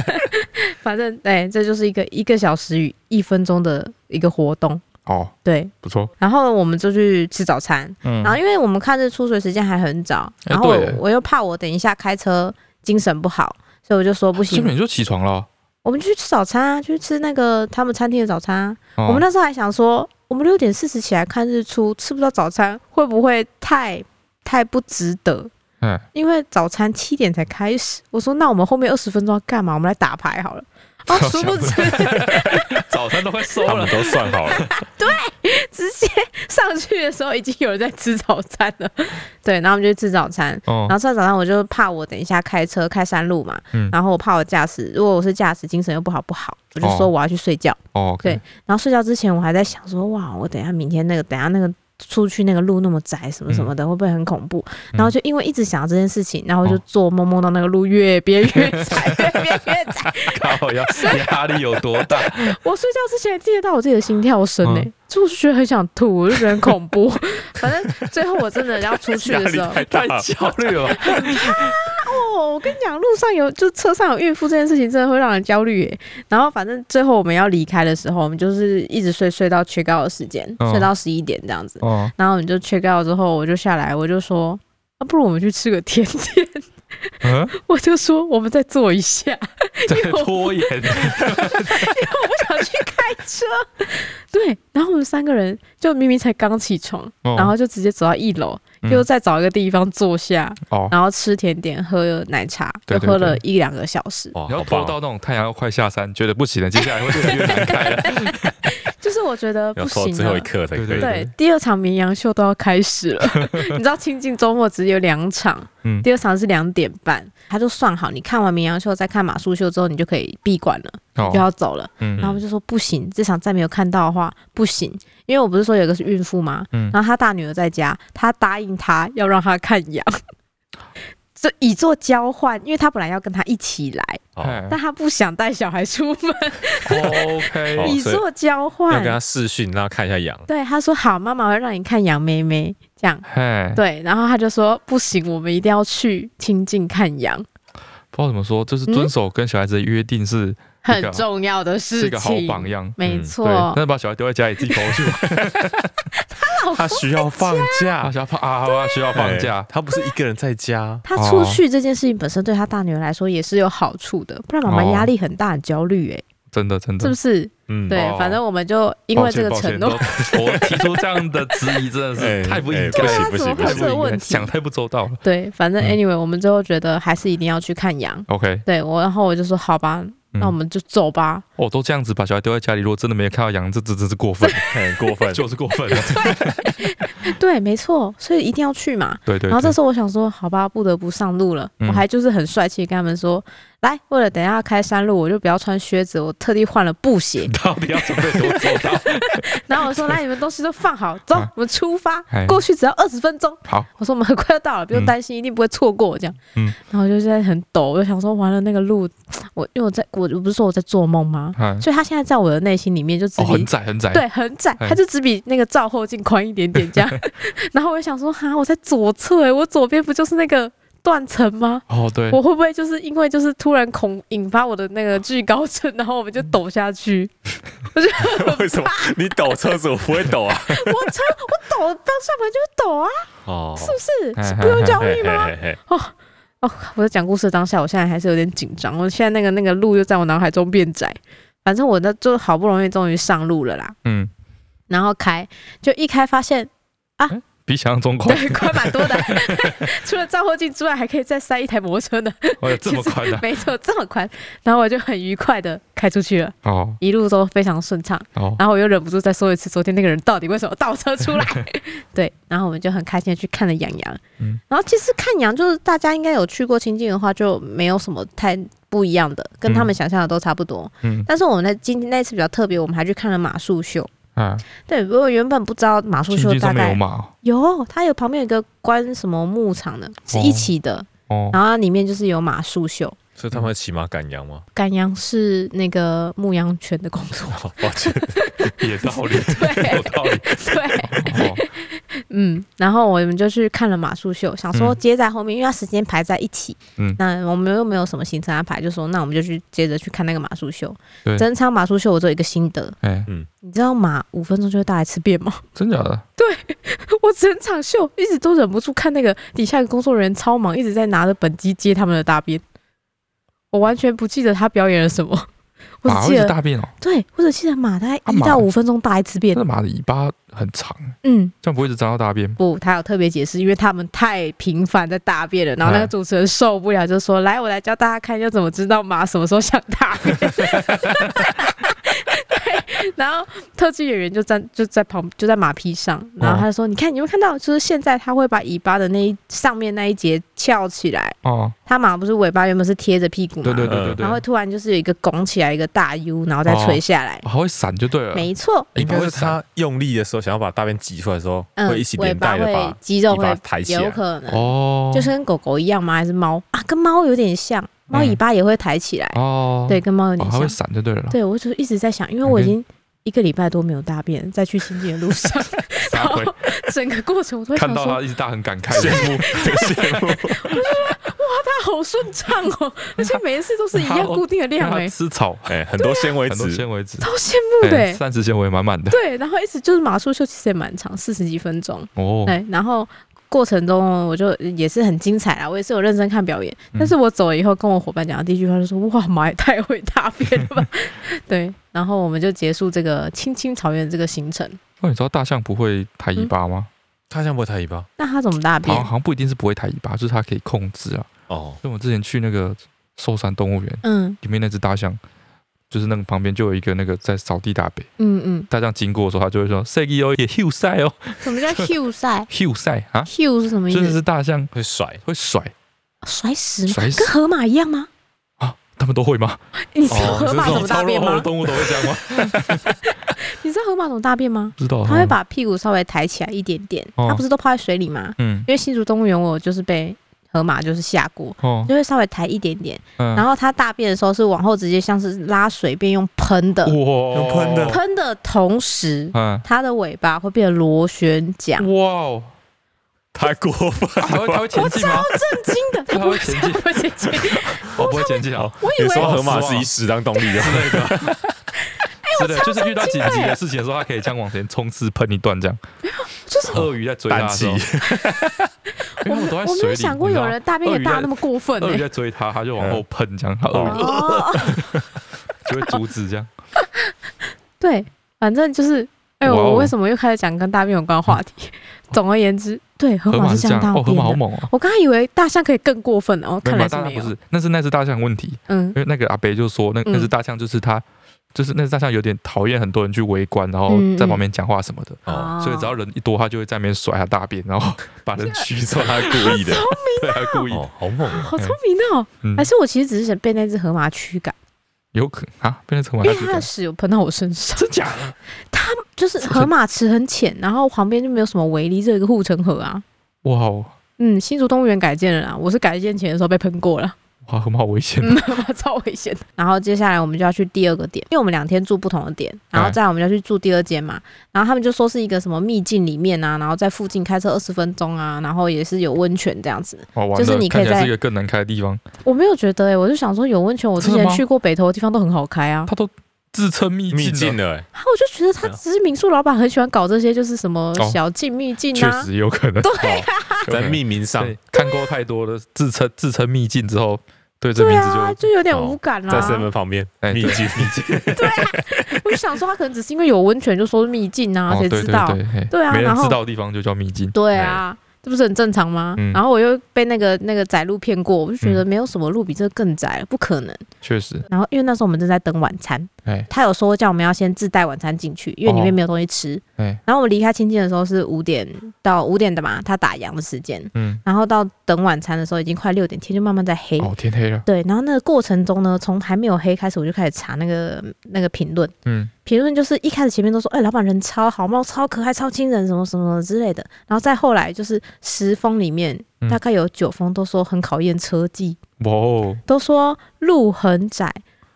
反正对，这就是一个一个小时与一分钟的一个活动。哦，对，不错，然后我们就去吃早餐，嗯然后因为我们看日出，所以时间还很早，哎然后我对我又怕我等一下开车精神不好，所以我就说不基行，本就起床了。我们就去吃早餐啊，去吃那个他们餐厅的早餐啊。哦我们那时候还想说，我们六点四十起来看日出，吃不到早餐会不会太太不值得？嗯因为早餐七点才开始，我说那我们后面二十分钟要干嘛？我们来打牌好了。 (laughs) 哦，殊不知早餐都快收他们，都算好了，直接上上去的时候已经有人在吃早餐了，对，然后我们就去吃早餐，然哦，后吃完早餐我就怕我等一下开车开山路嘛，嗯然后我怕我驾驶，如果我是驾驶精神又不好不好，我就说哦我要去睡觉。哦，对，然后睡觉之前我还在想说，哇，我等一下明天那个等一下那个出去那个路那么窄什么什么的，会不会很恐怖？然后就因为一直想到这件事情，然后就嗯哦做梦梦到那个路越变 (laughs) 越窄，越变越窄。靠，压 (laughs) 压力有多大？我睡觉之前还记得到我自己的心跳声呢、嗯所以我就觉得很想吐，我就觉得很恐怖。反正最后我真的要出去压的力 (laughs) 时候，太大太了。焦虑了吧，哦，我跟你讲，路上有就车上有孕妇这件事情，真的会让人焦虑耶。然后反正最后我们要离开的时候，我们就是一直睡睡到缺高的时间，嗯睡到十一点这样子。哦，然后我们就缺高之后，我就下来，我就说。啊、不如我们去吃个甜点，嗯，我就说我们再坐一下， (laughs) 在拖延，我不想去开车。对，然后我们三个人就明明才刚起床，哦然后就直接走到一楼，嗯又再找一个地方坐下，哦，然后吃甜点、喝奶茶，对又对喝了一两个小时。 (laughs) 哇，你要好拖棒到哦！那种太阳要快下山，觉得不行了，接下 (laughs) 来会越来越难开了。就是我觉得要不拖到行啊最后了一。刻才可以。对对，第二场绵羊秀都要开始了。你知道清近周末只有两场，嗯第二场是两点半，他就算好，你看完绵羊秀再看马术秀之后，你就可以闭馆了，就哦，要走了。然后我嗯们就说不行，这场再没有看到的话不行，因为我不是说有一个是孕妇吗？嗯然后她大女儿在家，她答应她要让她看羊， (laughs) 这以作交换，因为她本来要跟她一起来，哎哦，但她不想带小孩出门，哦，OK，以所以作交要换跟。他视讯，让他看一下羊。对，她说好，妈妈我要让你看羊妹妹这样。嘿，对，然后她就说不行，我们一定要去亲近看羊，不知道怎么说，就是嗯遵守跟小孩子的约定是很一个重要的是事情。一个好榜样。没嗯错对，，但是把小孩丢在家里自己跑出去玩，他需要 (laughs) 放啊，假，小孩放 (laughs) 啊，啊需要放假哎，他不是一个人在家。她哦出去这件事情本身对她大女儿来说也是有好处的，不然妈妈哦压力很大，很焦虑哎、真的真是的不。是？嗯，对，哦反正我们就因为这个抱承歉诺，抱歉都我提出这样的质疑真的 (laughs) 哎是太不应哎该不了，行不行对不啊太怎么会有这个不应问该，题想太不周到了。对，反正嗯 anyway，、我们最后觉得还是一定要去看羊。 OK，对我，然后我就说好吧，那我嗯们就走吧。哦，都这样子把小孩丢在家里，如果真的没有看到羊，这这这是 (laughs) 过分，很过 (laughs) 分。就是过分了。对，没错，所以一定要去嘛。对对。然后这对时候我想说，好吧，不得不上路了。嗯我还就是很帅气地跟他们说，来，为了等一下开山路，我就不要穿靴子，我特地换了布鞋 (laughs) 你。到底要准备多周到？然后我说，来，你们东西都放好，走啊，我们出发哎，过去只要二十分钟。好，我说我们很快要到了，不用担心，一定不会错过这样。嗯然后我就在很抖，我就想说完了那个路，我因为我在我我不是说我在做梦吗？嗯，所以他现在在我的内心里面就只哦，比、很窄很窄。对很窄，哎他就只比那个照后镜宽一点点 (laughs) 这样。然后我就想说，哈，我在左侧哎，我左边不就是那个断层吗？哦，对，我会不会就是因为就是突然恐引发我的那个惧高症，然后我们就抖下去？为什么你抖车子我不会抖啊？我车我抖，当下本来就会抖啊，哦，是不哎是？是哎不用哎教嘿育嘿吗？嘿嘿哦，我在讲故事的当下，我现在还是有点紧张。我现在那个那个路又在我脑海中变窄，反正我那就好不容易终于上路了啦。嗯，然后开就一开发现，比想象中 (laughs) 宽，对，宽蛮 (laughs) 多的，除了照后镜之外，还可以再塞一台摩托车呢。哦，这么宽的、 (laughs) 没错，这么宽。然后我就很愉快的开出去了，哦一路都非常顺畅。哦，然后我又忍不住再说一次，昨天那个人到底为什么倒车出来？ (laughs) 对，然后我们就很开心的去看了羊羊。嗯然后其实看羊就是大家应该有去过清境的话，就没有什么太不一样的，跟他们嗯想象的都差不多。嗯但是我们那今那次比较特别，我们还去看了马术秀。啊，对，我原本不知道马术青秀青大上面概有马哦有，它有旁边有一个关什么牧场的，是一起的，哦，然后它里面就是有马术秀。所以他们会骑马赶羊吗？赶羊是那个牧羊犬的工 (laughs) 作，哦抱歉，也道 (laughs) 理，有对道理。对，哦，嗯，然后我们就去看了马术秀，想说接在后面，因为它时间排在一起，嗯那我们又没有什么行程安排，就说那我们就去接着去看那个马术秀。对整场马术秀我只有一个心得，哎、你知道马五分钟就会大一次便吗？ (laughs) 真假的？我整场秀一直都忍不住看那个底下的工作人员超忙，一直在拿着本机接他们的大便，我完全不记得他表演了什么，我马只会记是得大便哦，对，我只记得马大概啊一马到五分钟大一次便那，马的尾巴很长，嗯。这样不会一直沾到大便吗？不，他有特别解释，因为他们太频繁在大便了，然后那个哎主持人受不了，就说：“来，我来教大家看要怎么知道马什么时候想大便。”对然后特技演员就站就在旁就在马匹上，然后他就说：“你看，你有没有看到？就是现在他会把尾巴的那一上面那一节翘起来，哦，他马不是尾巴原本是贴着屁股嘛，对对对对呃对，然后会突然就是有一个拱起来一个大 U，然后再垂下来。哦还会闪就对了，没错，应该是它他用力的时候，想要把大便挤出来的时候，嗯会一起，尾连巴带的会把肌肉尾巴啊会抬起来有可能，哦，嗯就是跟狗狗一样吗？还是猫啊？跟猫有点像，猫尾巴也会抬起来，哦，对，，跟猫有哦点还像。会闪就对了，对，我就一直在想，因为我已经一个礼拜多没有大便，在去清洁的路 (laughs) 上，然撒后回整个过程我都会看想到说，啊他一直大很感 (laughs) 慨，羡慕，真羡慕。它好顺畅 (laughs) 哦，而且每一次都是一它样固定的量让哎、他吃草，哎，很多纤维很多质，纤维质，超羡慕的、哎欸。膳食纤维满满的对，然后一直就是马术秀其实也蛮长，四十几分钟，哦，对，然后。过程中我就也是很精彩啦，我也是有认真看表演，嗯但是我走了以后跟我伙伴讲的第一句话就说：“哇妈也太会大便了 (laughs) 吧！”对，然后我们就结束这个青青草原这个行程。那你知道大象不会抬尾巴吗？他像不会抬尾巴那他怎么大便好像？好像不一定是不会抬尾巴，就是它可以控制啊。哦，因为我之前去那个寿山动物园，嗯里面那只大象，就是那个旁边就有一个那个在扫地大伯，嗯嗯，大象经过的时候，他就会说 s e g i 哦，也 Hugh 赛哦什 (laughs) 么叫 Q 赛，Hugh 赛啊， ？Q 是什么意就思？是大象会甩。会甩甩屎吗？甩跟死，河马一样吗？他们都会吗？你知道哦，河这马怎种么超大落便后的吗？动物都会这样吗？你知道河马怎么大便吗？不知道，它会把屁股稍微抬起来一点点，哦它不是都泡在水里吗？嗯因为新竹动物园我就是被河马就是吓过，哦就会稍微抬一点点，嗯，然后它大便的时候是往后直接像是拉水便用喷的，哇用喷的喷的同时，嗯它的尾巴会变得螺旋桨，哇哦，太过分它会它了！会前进吗？震惊的，它不会 (laughs) 它会前进它不会前进，我不会前进啊，我以你为说河马是以屎当动 (laughs) 力的，哎是的，就是遇到紧急的事情的时候，它可以这样往前冲刺喷一段这样。就是 (laughs) 鳄鱼在追啊它的时候，氮因我为它们没都在我没有水里，想过你知有道吗人大便也鳄鱼大在那么过分呢、欸鳄鱼在追它，它就往后喷这样，它鳄鱼哦，就会阻止这样。 (laughs) 对，反正就是，哎、呦，哇哦我为什么又开始讲跟大便有关的话题？ (laughs) 总而言之，对，河河马马是是这这样样，大哦，河便马好的。猛哦。我刚才以为大象可以更过分哦，没有看没有来大象没不有。是，那是那只大象的问题，嗯因为那个阿北就说，那嗯那只大象就是他，就是那只大象有点讨厌很多人去围观，然后嗯嗯啊在旁边讲话什么的，哦，所以只要人一多，他就会在那边甩他大便，(laughs) 然后把人驱你走说，他是故意的， (laughs) 对，他故意，哦，好猛哦！好聪明哦！嗯啊还，是我其实只是想被那只河马驱赶，有可啊，变成河马因为去它的干，屎有喷到我身上。真假的？ (laughs) 就是河马池很浅，然后旁边就没有什么围篱，这有一个护城河啊。哇哦嗯，新竹动物园改建了啦，我是改建前的时候被喷过了， (laughs) 哇，河马好危险，啊嗯，超危险的。然后接下来我们就要去第二个点，因为我们两天住不同的点，然后哎再来我们要去住第二间嘛。然后他们就说是一个什么秘境里面啊，然后在附近开车二十分钟啊，然后也是有温泉这样子。哇，完就是了你，可以看起来在是一个更难开的地方，我没有觉得哎、我就想说有温泉，我之真前的吗去过北投的地方都很好开啊。他都自称秘秘境境了，的， (laughs) 哎啊，我就觉得他只是民宿老板很喜欢搞这些，就是什么哦小径秘境确啊。实有可能，哦对有可在能命名上对，看过太多的自称自称秘境之后，对这对名字啊，就哦就有点无感啦、在森门旁边，哎秘对境，秘境， (laughs) 我就想说，他可能只是因为有温泉就说是秘境啊，哦谁对知对道？对嘿对啊没人然后知道的地方就叫秘境，对啊，这不是很正常吗？嗯然后我又被那个那个窄路骗过，我就觉得没有什么路比这个更窄了，不可能。确实，然后因为那时候我们正在等晚餐，哎他有说叫我们要先自带晚餐进去，因为里面哦没有东西吃。哎，然后我们离开清境的时候是五点到五点的嘛，他打烊的时间。嗯，然后到等晚餐的时候已经快六点，天就慢慢在黑。哦，天黑了，对，然后那个过程中呢，从还没有黑开始，我就开始查那个那个评论，嗯，评论就是一开始前面都说，哎、老板人超好，猫超可爱，超亲人，什么什么之类的，然后再后来就是十封里面嗯大概有九封都说很考验车技，哇哦，都说路很窄。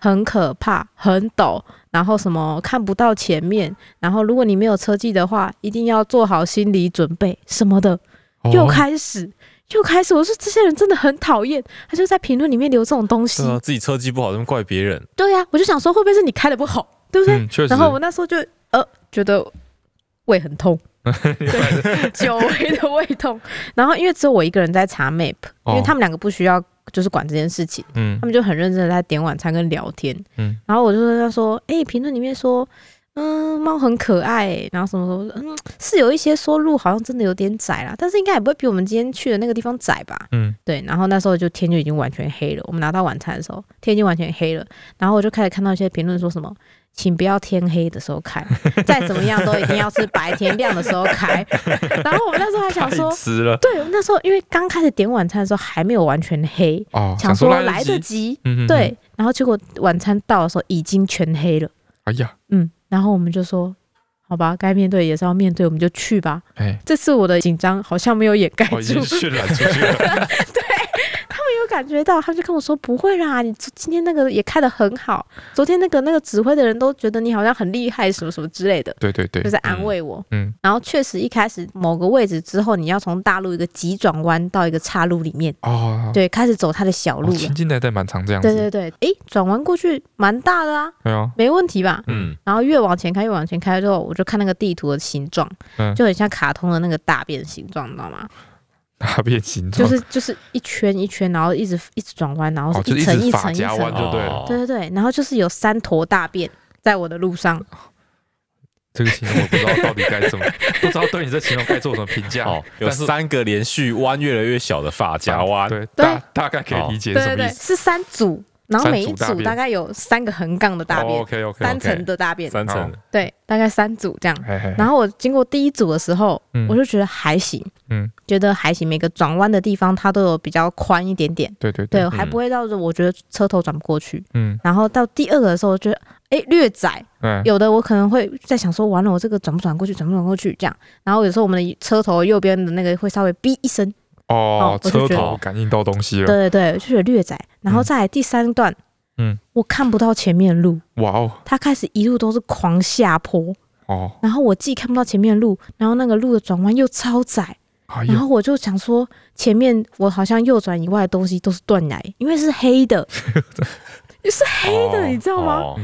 很可怕，很陡，然后什么看不到前面，然后如果你没有车技的话，一定要做好心理准备什么的。哦又开始，又开始，我说这些人真的很讨厌，他就在评论里面留这种东西对。啊，自己车技不好，怎么怪别人？对呀、我就想说会不会是你开的不好，对不对？嗯，确实，然后我那时候就呃觉得胃很 (laughs) 痛，对，久违的胃痛。 (laughs) 然后因为只有我一个人在查 map，因为他们们，两个不需要就是管这件事情，哦嗯他们就很认真的在点晚餐跟聊天。嗯，然后我就跟他说，哎、评论里面说。嗯，猫很可爱、然后什么什么，嗯，是有一些说路好像真的有点窄啦，但是应该也不会比我们今天去的那个地方窄吧？嗯，对，然后那时候就天就已经完全黑了。我们拿到晚餐的时候，天已经完全黑了。然后我就开始看到一些评论说什么请不要天黑的时候 (laughs) 开，再怎么样都一定要是白天亮的时候开。然后我们那时候还想太说，迟了对，那时候因为刚开始点晚餐的时候还没有完全黑，哦，想说说来来得及，及，嗯哼，对。然后结果晚餐到的时候已经全黑了，哎呀，嗯。然后我们就说，好吧，该面对也是要面对，我们就去吧。哎，这次我的紧张好像没有掩盖我 (laughs) 哦已住经，渲染出去了，有感觉到，他就跟我说不会啦，你昨今天那个也开的很好，昨天那个那个指挥的人都觉得你好像很厉害，什么什么之类的，对对对就，在安慰我。嗯，然后确实一开始某个位置之后，你要从大路一个急转弯到一个岔路里面，哦，对，开始走他的小哦，路亲了。近代代蛮常这样子，对对对，诶，转弯过去蛮大的啊，对啊，没问题吧？(laughs) (laughs) 嗯，然后越往前开，越往前开之后，我就看那个地图的形状，嗯就很像卡通的那个大便形状，你知道吗？大变形就状，是就是一圈一圈，然后一直一直转弯，然后哦，是就层直一发层一夹层弯的就对了，哦对对对，然后就是有三坨大便在我的路上，这个形容我不知道到底该怎么，不知道对你这形容该做什么评价哦，，有但是三个连续弯越来越小的发夹弯，对，对大大概可以理解对是对什么对，意思，是三组，然后三每组一大组便哦大概有三个横杠的大便， ，OK OK，三层的大便，三层哦对，大概三组这样。嘿嘿，然后我经过第一组的时候，嗯我就觉得还行，嗯，觉得还行，每个转弯的地方它都有比较宽一点点，对对对，哦对，还不会到我觉得车头转不过去。嗯，然后到第二个的时候，我觉得哎略窄，哎，有的我可能会在想说，完了我这个转不转过去，转不转过去这样。然后有时候我们的车头右边的那个会稍微哔一声，哦哦，我就车觉得头感应到东西了，对对对，就是略窄。然后嗯再来第三段，嗯，我看不到前面路，哇哦，它开始一路都是狂下坡，哦，然后我既看不到前面路，然后那个路的转弯又超窄，哎然呀，后我就想说，前面我好像右转以外的东西都是断崖，因为是黑的，是黑的，哦哎你知道吗？哦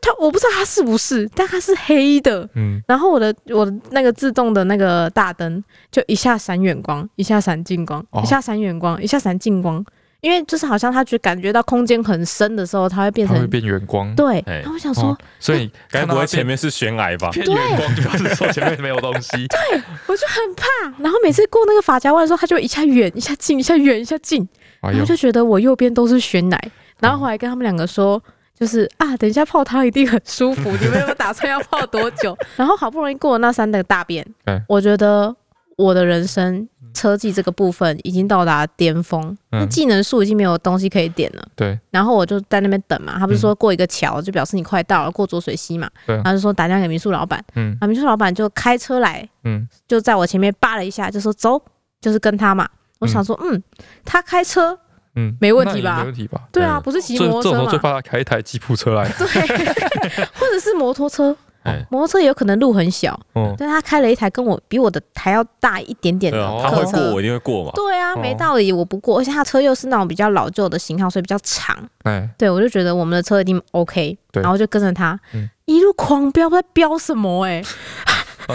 它我不知道它是不是，但它是黑的。嗯，然后我的我的那个自动的那个大灯就一下闪远光，一下闪近光，哦一下闪远光，一下闪近光，因为就是好像他觉得感觉到空间很深的时候，它会变它会成变远光，对。哎然后我想说哦，，所以你该看不到会它前变面是悬崖吧？ (laughs) 偏对远光，就是 (laughs) 说前面没哎有东西， (laughs) 我就很怕。然后每次过那个法夹弯的时候，它就一下远一下近，一下远一下近，哎然呦哦后，就觉得我右边都是悬崖。然后后来跟他们两个说，就是啊，等一下泡汤一定很舒服，你们有没有打算要泡多久？ (laughs) 然后好不容易过了那三个大便嗯，我觉得我的人生车技这个部分已经到达巅峰，那嗯，技能树已经没有东西可以点了。对，然后我就在那边等嘛，他不是说过一个桥就表示你快到了，过浊水溪嘛，嗯对然后就说打电话给民宿老板，嗯啊，民宿老板就开车来，嗯，就在我前面扒了一下，就说走，就是跟他嘛。我想说，嗯，他开车，嗯，没问那题也吧没问题吧？对啊，嗯不是骑这摩这托种时车候最嘛，怕他开一台吉普车来，对，或者是摩托车哦哎，摩托车有可能路很小，嗯，但他开了一台跟我比我的还要大一点点对的啊，他客会过，车我。一定会过嘛。对啊，哦没道理，我不过，而且他车又是那种比较老旧的型号，所以比较长。哎，对，我就觉得我们的车一定 OK，对然后就跟着他嗯一路狂飙，不知道飙什么哎、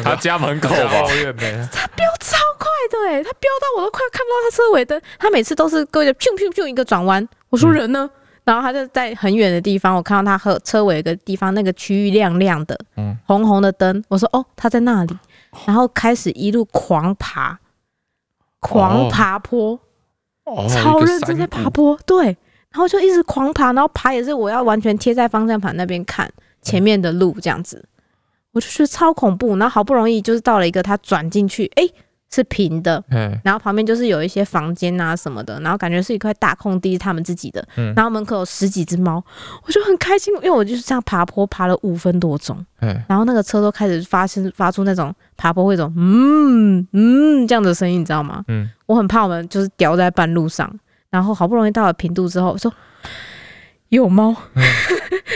他家门口家吧抱，怨没了，超快的哎、他飙到我都快看不到他车尾灯，他每次都是跟着咻咻咻一个转弯，我说嗯人呢？然后他就在很远的地方，我看到他和车尾有一个地方那个区域亮亮的，嗯哦红红的灯，我说哦他在那里，然后开始一路狂爬，狂爬坡， (laughs) 哦超认真在爬，坡，对，然后就一直狂爬，然后爬也是我要完全贴在方向盘那边看嗯前面的路这样子，我就觉得超恐怖。然后好不容易就是到了一个他转进去，诶，是平的，哎，然后旁边就是有一些房间啊什么的，然后感觉是一块大空地，是他们自己的。嗯然后门口有十几只猫，我就很开心，因为我就是这样爬坡爬了五分多钟，哎，然后那个车都开始发生发出那种爬坡会有一种嗯嗯这样的声音，你知道吗？嗯，我很怕我们就是掉在半路上，然后好不容易到了平度之后，我说 (laughs) 有猫， (laughs)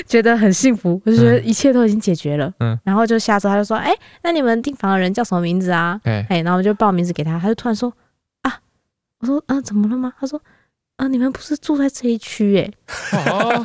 觉得很幸福，我就觉得一切都已经解决了。嗯然后就下车他就说，哎、那你们订房的人叫什么名字啊？哎，哎、然后我就报名字给他，他就突然说啊，我说啊，怎么了吗？他说啊，你们不是住在这一区哎、哦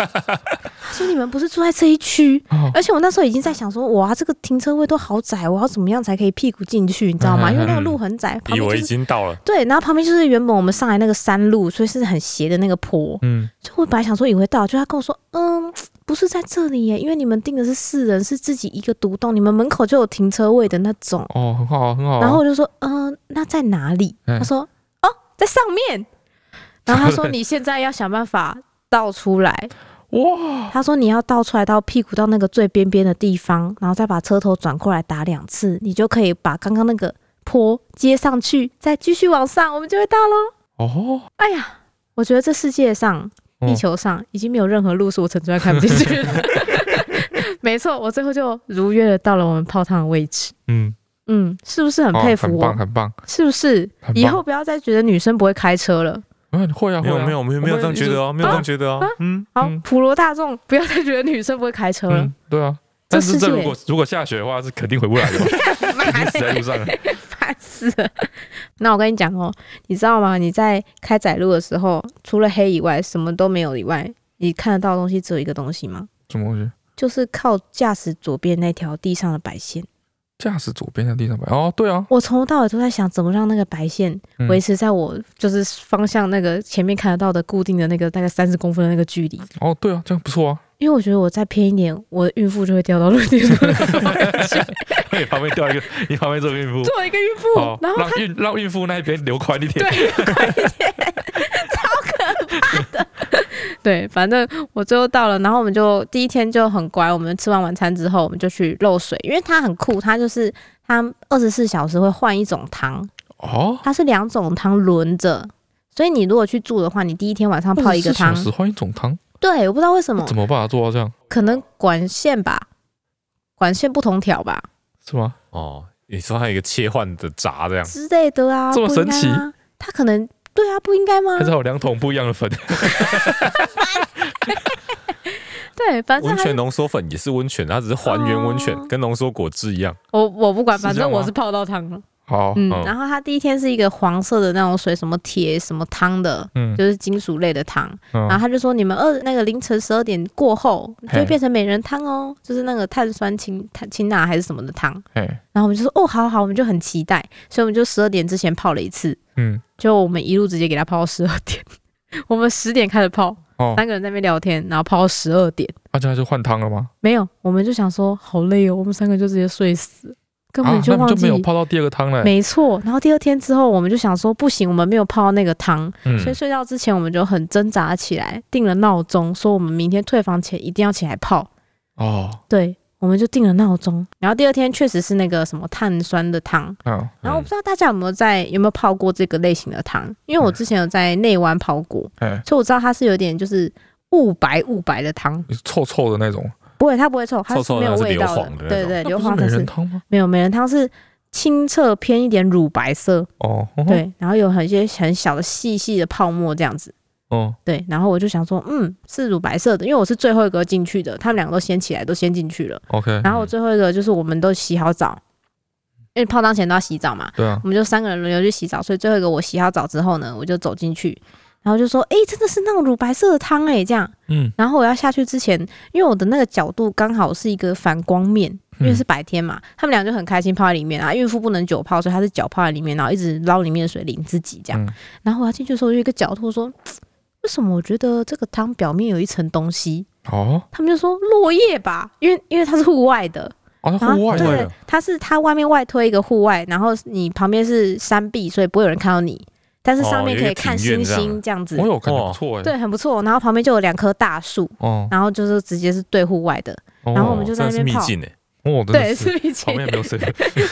他说你们不是住在这一区， (laughs) 哦，而且我那时候已经在想说，哇，这个停车位都好窄，我要怎么样才可以屁股进去，你知道吗？因为那个路很窄，旁以边就为已是经到了，对，然后旁边就是原本我们上来那个山路，所以是很斜的那个坡，嗯，所以我本来想说以为到，就他跟我说，嗯，不是在这里耶，因为你们订的是四人，是自己一个独栋，你们门口就有停车位的那种。哦，很好，很好，然后我就说，嗯、那在哪里？嗯他说， (laughs) 哦，在上面。然后他说，你现在要想办法倒出来，哇，他说你要倒出来到屁股到那个最边边的地方，然后再把车头转过来打两次，你就可以把刚刚那个坡接上去，再继续往上，我们就会到喽。哦，哎呀，我觉得这世界上、嗯地球上已经没有任何路是我陈专看不进去 (laughs) 的。没错，我最后就如约的到了我们泡汤的位置。嗯，嗯，是不是很哦佩服很我？棒，很棒，是不是？很棒以后不要再觉得女生不会开车了。嗯，会啊，没会有啊没有没有没有这样觉得，哦，没有这样觉得哦，嗯，好，嗯普罗大众不要再觉得女生不会开车了嗯。，对啊。这但世是界 (laughs) 这如果如果下雪的话，是肯定回不来的嘛，肯定死在路上了。 (laughs) 烦死了。那我跟你讲哦，你知道吗？你在开窄路的时候，除了黑以外，什么都没有以外，你看得到的东西只有一个东西吗？什么东西？就是靠驾驶左边那条地上的白线。驾驶左边在地上摆。哦，对啊，我从头到尾都在想，怎么让那个白线嗯维持在我就是方向那个前面看得到的固定的那个大概三十公分的那个距离。哦，对啊，这样不错啊，因为我觉得我再偏一点，我的孕妇就会掉到路边。 (laughs) 你旁边掉一个，你旁边这个孕妇，作为一个孕妇，哦，然后让孕让孕妇那一边留宽一点。对，反正我最后到了，然后我们就第一天就很乖，我们吃完晚餐之后，我们就去漏水，因为它很酷，它就是它二十四小时会换一种汤，哦，它是两种汤轮着。所以你如果去住的话，你第一天晚上泡一个汤24小，时换一种汤，对，我不知道为什么，怎么办法啊做到这样？可能管线吧，管线不同条吧是吗？哦，你说它有一个切换的闸这样，之类的啊，这么不应该神奇吗？它可能对啊，不应该吗还？是有两桶不一样的粉？对，反正温它泉浓缩粉也是温泉，它只是还原温泉哦，跟浓缩果汁一样。我我不管，是反这正样我吗是泡到汤了。好，嗯，哦然后它第一天是一个黄色的那种水，什么铁什么汤的，嗯就是金属类的汤。嗯然后他就说，你们二那个凌晨十二点过后就会嘿变成美人汤哦，就是那个碳酸氢碳氢钠还是什么的汤。哎，然后我们就说，哦，好好，我们就很期待，所以我们就十二点之前泡了一次，嗯，就我们一路直接给它泡到十二点。 (laughs) 我们十点开始泡，哦，三个人在那边聊天，然后泡到十二点。那这样就换汤了吗？没有，我们就想说好累哦，我们三个就直接睡死，根本啊，那忘就记没有泡到第二个汤哎了。没错，然后第二天之后，我们就想说不行，我们没有泡到那个汤，嗯所以睡觉之前我们就很挣扎起来，定了闹钟，说我们明天退房前一定要起来泡。哦，对，我们就定了闹钟。然后第二天确实是那个什么碳酸的汤，嗯，然后我不知道大家有没有在有没有泡过这个类型的汤，因为我之前有在内湾泡过，哎，所以我知道它是有点就是雾白雾白的汤，臭臭的那种，不会，它不会臭，它嗯臭是臭的没有那是味硫道磺的那对种对，那硫不磺它是美是人汤吗？没有美人汤是清澈偏一点乳白色。哦，哦，对，然后有很些很小的细细的泡沫这样子，哦，对，然后我就想说，嗯，是乳白色的，因为我是最后一个进去的，他们两个都先起来，都先进去了， ，OK，然后我最后一个就是我们都洗好澡，因为泡汤前都要洗澡嘛，对啊，我们就三个人轮流去洗澡，所以最后一个我洗好澡之后呢，我就走进去，然后就说，诶，真的是那种乳白色的汤诶，这样，嗯，然后我要下去之前，因为我的那个角度刚好是一个反光面，因为嗯是白天嘛，他们俩就很开心泡在里面啊。孕妇不能久泡，所以她是脚泡在里面，然后一直捞里面的水淋自己这样。嗯然后我要进去的时候，有一个角度说，嘖为什么我觉得这个汤表面有一层东西？哦，他们就说落叶吧，因为因为它是户外的，哦，然那后户外的啊对，它是它外面外推一个户外，然后你旁边是山壁，所以不会有人看到你，但是上面哦可有以一个看星庭院这样哦星这样子我，有感觉哇不错哎，对，很不错。然后旁边就有两棵大树，哦，然后就是直接是对户外的，哦，然后我们就在那边真的是泡秘境哎，哦，真对，的是是米奇旁，边没 (laughs) 有水，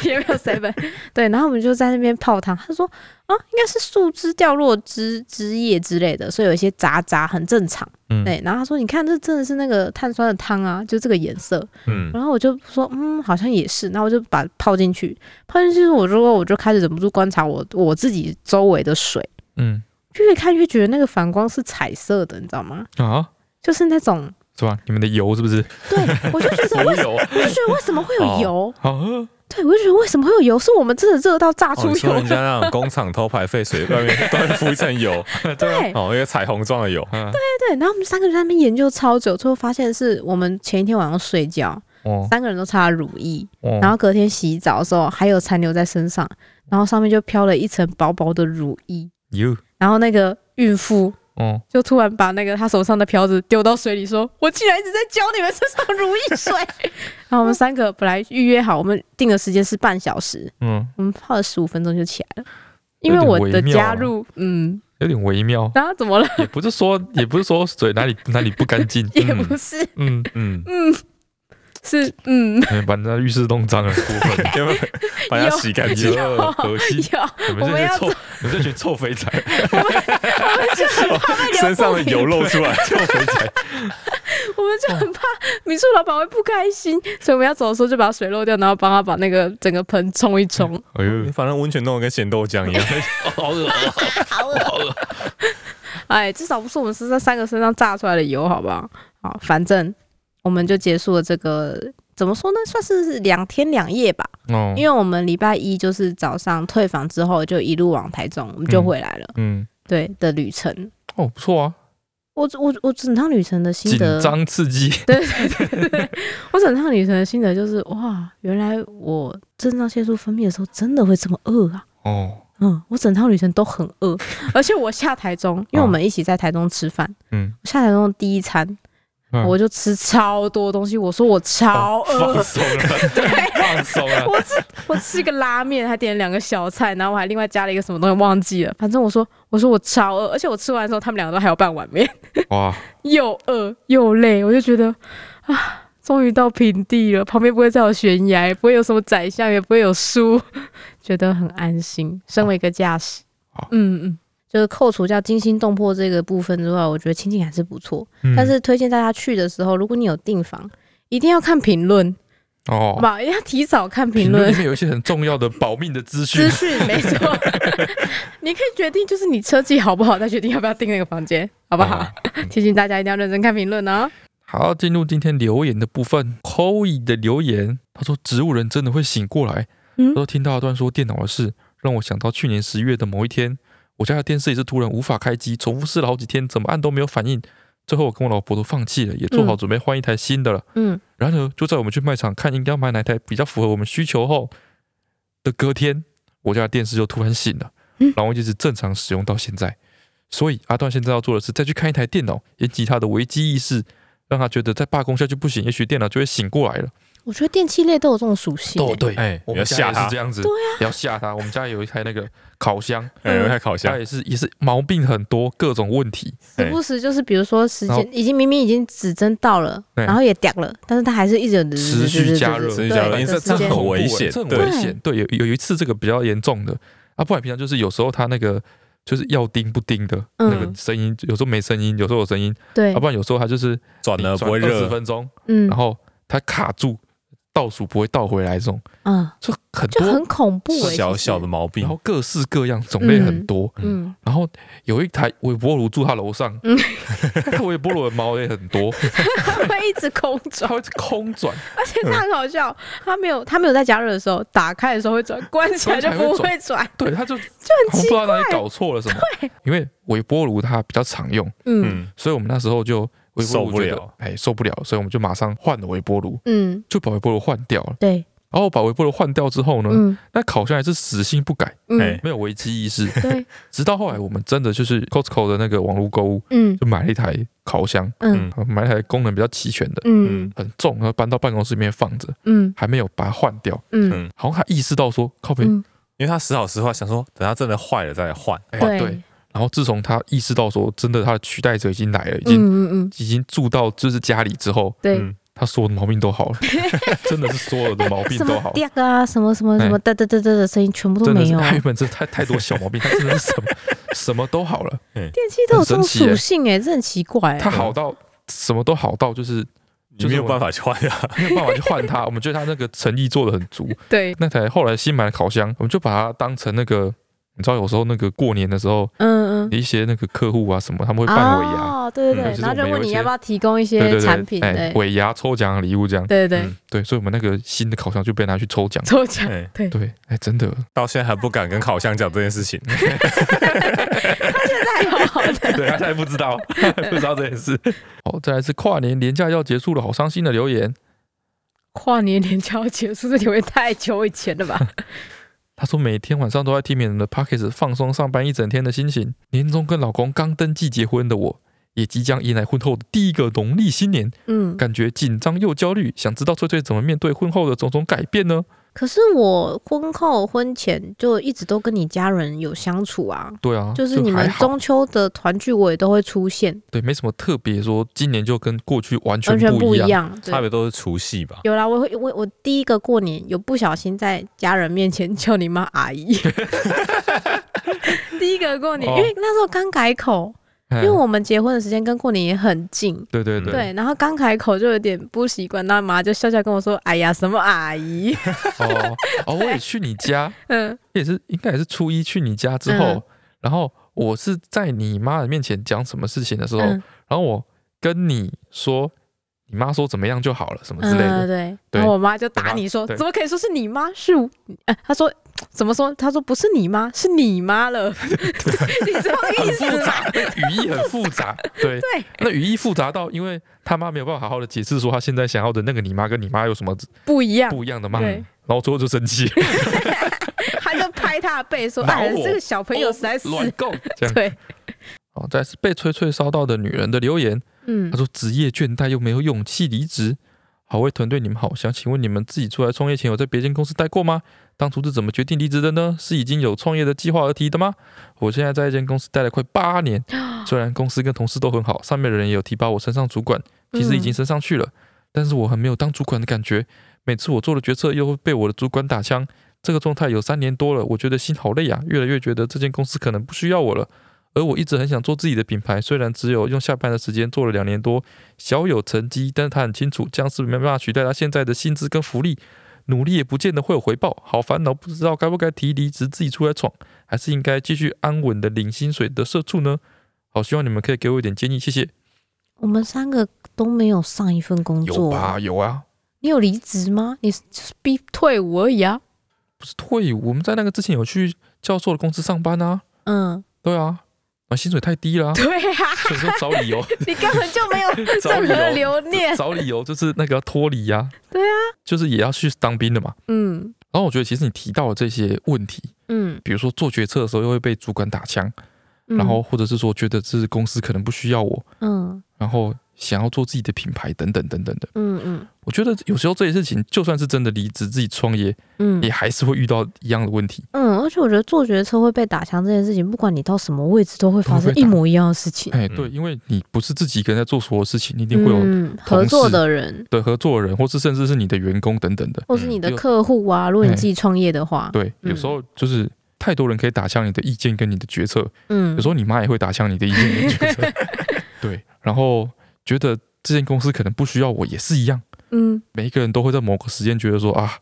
也没有 seven，对，然后我们就在那边泡汤。他说啊，应该是树枝掉落枝枝叶之类的，所以有一些渣渣，很正常。嗯，对，然后他说你看这真的是那个碳酸的汤啊，就这个颜色。嗯，然后我就说嗯，好像也是。然后我就把泡进去，泡进去之后，我就我就开始忍不住观察我我自己周围的水，嗯，就越看越觉得那个反光是彩色的，你知道吗？啊，就是那种，是吧？你们的油是不是？对我就觉得为什么，我就觉得为什么会有哦油？啊，对，我就觉得为什么会有油？是我们真的热到炸哦，出你油说 (laughs) 人了。家那种工厂偷排废水，外面都会敷一层油，对啊哦，一个彩虹状的油，嗯，对对，然后我们三个人在那边研究超久，最后发现是我们前一天晚上睡觉，哦，三个人都擦了乳液，哦然后隔天洗澡的时候还有残留在身上，然后上面就飘了一层薄薄的乳液，油，然后那个孕妇。哦，就突然把那个她手上的瓢子丢到水里，说：“我竟然一直在浇你们身上乳液水。” (laughs) 然后我们三个本来预约好，我们定的时间是半小时，嗯。我们泡了十五分钟就起来了，因为有点我微的妙加啊入，嗯，，有点微妙啊，怎么了？也不是说也不是说嘴哪里哪里不干净， (laughs) 也不是，嗯，嗯，嗯，是嗯，嗯把人家浴室弄脏了，过 (laughs) 分，要不然把它洗干净。有恶有心，我你们这们些 (laughs) 要臭，你们这群臭肥宅，身上的油露出来， (laughs) 臭肥仔。我们就很怕米数老板会不开心，所以我们要走的时候就把水漏掉，然后帮他把那个整个盆冲一冲。哎呦，反正温泉弄得跟咸豆浆 (laughs) 一样，好恶好恶！ (laughs) 哎，至少不是我们身上三个身上炸出来的油，好不好？好，反正我们就结束了这个，怎么说呢？算是两天两夜吧，哦，因为我们礼拜一就是早上退房之后，就一路往台中，我们就回来了。嗯，对的旅程，哦，不错啊，我我我整趟旅程的心紧得，张刺激， (laughs) 我整趟旅程的心得就是，哇，原来我肾上腺素分泌的时候真的会这么饿啊！哦，嗯，我整趟旅程都很饿，而且我下台中，因为我们一起在台中吃饭，啊嗯，我下台中的第一餐，嗯哦我就吃超多东西，我说我超饿，放松了， (laughs) 放松了，我吃我吃个拉面，还点了两个小菜，然后我还另外加了一个什么东西忘记了，反正我说我说我超饿，而且我吃完之后，他们两个都还有半碗面，哇，又饿又累，我就觉得啊。终于到平地了，旁边不会再有悬崖，也不会有什么宰相，也不会有书， (laughs) 觉得很安心。身为一个驾驶好，嗯嗯，就是扣除掉惊心动魄这个部分之外，我觉得亲近还是不错。嗯但是推荐大家去的时候，如果你有订房，一定要看评论，好，哦吧？一定要提早看评评论论里面有一些很重要的保命的资讯资，讯，没 (laughs) 错。你可以决定，就是你车技好不好，再决定要不要订那个房间，好不好哦？ (laughs) 提醒大家一定要认真看评论哦。好，进入今天留言的部分。Koi 的留言，他说植物人真的会醒过来。嗯他说听到一段说电脑的事，让我想到去年十月的某一天，我家的电视也是突然无法开机，重复试了好几天，怎么按都没有反应。最后我跟我老婆都放弃了，也做好嗯准备换一台新的了。嗯，然而，就在我们去卖场看应该买哪台比较符合我们需求后的隔天，我家的电视就突然醒了，嗯然后一直正常使用到现在。所以阿段现在要做的是再去看一台电脑，引起他的危机意识，让他觉得再罢工下去不行，也许电脑就会醒过来了。我觉得电器类都有这种属性欸、哦对哎我们你家要吓也他是这样子，对啊，要吓他。我们家有一台那个烤箱，哎，有一台烤它箱，也是也是毛病很多，各种问题。时不时就是比如说时然后间已经明明已经指针到了，对然后也掉了，但是它还是一直有持续加热持续加热对因的为这时这间很恐怖欸这很对危险。对，有有有一次这个比较严重的啊，不然平常就是有时候他那个就是要叮不叮的、那个嗯声音，有时候没声音，有时候有声音，对啊，，不然有时候他就是转了不会二十热，分钟，嗯然后他卡住，倒数不会倒回来这种，嗯，就很就多，很恐怖、欸，小其实小的，毛病然，后各式各样，种类很多。嗯，然后有一台微波炉住他楼上，嗯他 (laughs) 微波炉的毛也很 (laughs) 多，它会一直空转它。会空转，而且它很好笑，它没有它没有在加热的时候，打开的时候会转，关起来就不会转，对，他就就好像很不奇知道怪。哪里搞错了什么。因为微波炉它比较常用，嗯嗯，所以我们那时候就微波炉受不了觉得，哎，受不了，所以我们就马上换了微波炉，嗯，就把微波炉换掉了。对，然后把微波炉换掉之后呢，嗯那烤箱还是死性不改，嗯哎，没有危机意识。 (laughs) 对，直到后来，我们真的就是 Costco 的那个网络购物，嗯就买了一台烤箱，嗯嗯啊买了一台功能比较齐全的，嗯很重，然后搬到办公室里面放着，嗯还没有把它换掉。嗯好像他意识到说，靠背，嗯，因为他时好时坏，想说等他真的坏了再来换，哎对，然后自从他意识到说，真的他的取代者已经来了，已经、嗯嗯嗯，已经住到就是家里之后，对。嗯他所有的毛病都 (laughs) 好了，真的是所有的毛病什都么好，哎掉啊，什么什么什么哒哒哒哒的声音，全部都真的没是哎 (laughs) 有。哎他原本真的太太多小毛病，他真的是什么什么都好了，电器都有这种属性 (laughs) 哎，这很奇怪他欸。好到什么都好到就是你没有办法去换啊，没有办法去 (laughs) 换他，我们觉得他那个诚意做的很足。对，那台后来新买的烤箱，我们就把它当成那个，你知道有时候那个过年的时候，嗯嗯。一些那个客户啊什么，他们会办尾牙，哦，对对嗯对，就是然后就我们问有一你些要不要提供一对些对对，产品，哎对，尾牙抽奖的礼物这样，对对，嗯对，所以我们那个新的烤箱就被拿去抽奖。抽奖，哎对，对， (laughs) 哎，真的，到现在还不敢跟烤箱讲这件事情，太好好的，对他现在不知道，他还不知道这件事。好，再来是跨年年假要结束了，好伤心的留言。跨年年假要结束，这留言太久以前了 (laughs) 吧？他说每天晚上都在听别人的 p o c k e t 放松上班一整天的心情。年终跟老公刚登记结婚的我，也即将迎来婚后的第一个农历新年，嗯，感觉紧张又焦虑，想知道翠翠怎么面对婚后的种种改变呢？可是我婚后婚前就一直都跟你家人有相处啊，对啊，就是你还们好中秋的团聚我也都会出现，对没什么特别说，今年就跟过去完全完全不不一一样。样。对差别都是除夕吧？有啦，我会我我第一个过年有不小心在家人面前 (laughs) 叫你妈阿姨，第一个过年，哦因为那时候刚改口，因为嗯我们结婚的时间跟过年也很近，对对对，对，然后刚开口就有点不习惯，那妈就笑笑跟我说：“哎呀，什么阿姨 (laughs) 哦哦，我也去你家，？”嗯，也是应该也是初一去你家之后，嗯然后我是在你妈的面前讲什么事情的时候，嗯然后我跟你说，你妈说怎么样就好了，什么之类的。嗯对。对然后我妈就对打吧你说：“对怎么可以说是你妈？是我，呃，她说怎么说？她说不是你妈，是你妈了。 (laughs) (laughs) 你什么意很思啊复嘛？杂，那语义很 (laughs) 复杂，对，对那语义复杂到，因为他妈没有办法好好的解释说他现在想要的那个你妈跟你妈有什么不一样。不一样的嘛，对然后最后就生气，”她就拍她的背说：“恼哎，火这个小 (laughs) 朋友实在是…… (laughs) 哦乱够这样。对，好，再来是被催催烧到的女人的留言，嗯她，说职业倦怠又没有勇气离职。好为团队你们好，想请问你们自己出来创业前有在别间公司待过吗？当初是怎么决定离职的呢？是已经有创业的计划而提的吗？我现在在一间公司待了快八年，虽然公司跟同事都很好，上面的人也有提拔我升上主管，其实已嗯经升上去了，但是我很没有当主管的感觉。每次我做的决策又会被我的主管打枪，这个状态有三年多了，我觉得心好累啊，越来越觉得这间公司可能不需要我了。而我一直很想做自己的品牌，虽然只有用下班的时间做了两年多，小有成绩，但是他很清楚这样是没办法取代他现在的薪资跟福利，努力也不见得会有回报，好烦恼，不知道该不该提离职自己出来闯，还是应该继续安稳的领薪水的社畜呢？好，希望你们可以给我一点建议，谢谢。我们三个都没有上一份工有作，吧？有啊，你有离职吗？你是就是逼退伍而已啊。不是退伍，我们在那个之前有去教授的公司上班啊，嗯，对啊，啊，薪水太低了、啊，对啊，所以说找理由， (laughs) 你根本就 (laughs) 没有找任理何由，留念。找理由就是那个要脱离呀、对啊，就是也要去当兵的嘛。 (laughs) 嗯然后我觉得，其实你提到了这些问题，嗯，比如说做决策的时候又会被主管打枪，嗯然后或者是说觉得是公司可能不需要我，嗯然后想要做自己的品牌等等等等的。嗯嗯我觉得有时候这些事情，就算是真的离职自己创业，嗯也还是会遇到一样的问题。嗯，而且我觉得做决策会被打枪这件事情，不管你到什么位置，都会发生一模一样的事情。哎，嗯对，因为你不是自己一个人在做所有事情，你一定会有嗯、合作的人，的合作人，或是甚至是你的员工等等的。或是你的客户啊，如果你自己创业的话，嗯哎对，嗯有时候就是太多人可以打枪你的意见跟你的决策，嗯，有时候你妈也会打枪你的意见跟 (laughs) 决策。对，然后觉得这间公司可能不需要我，也是一样。嗯每一个人都会在某个时间觉得说啊，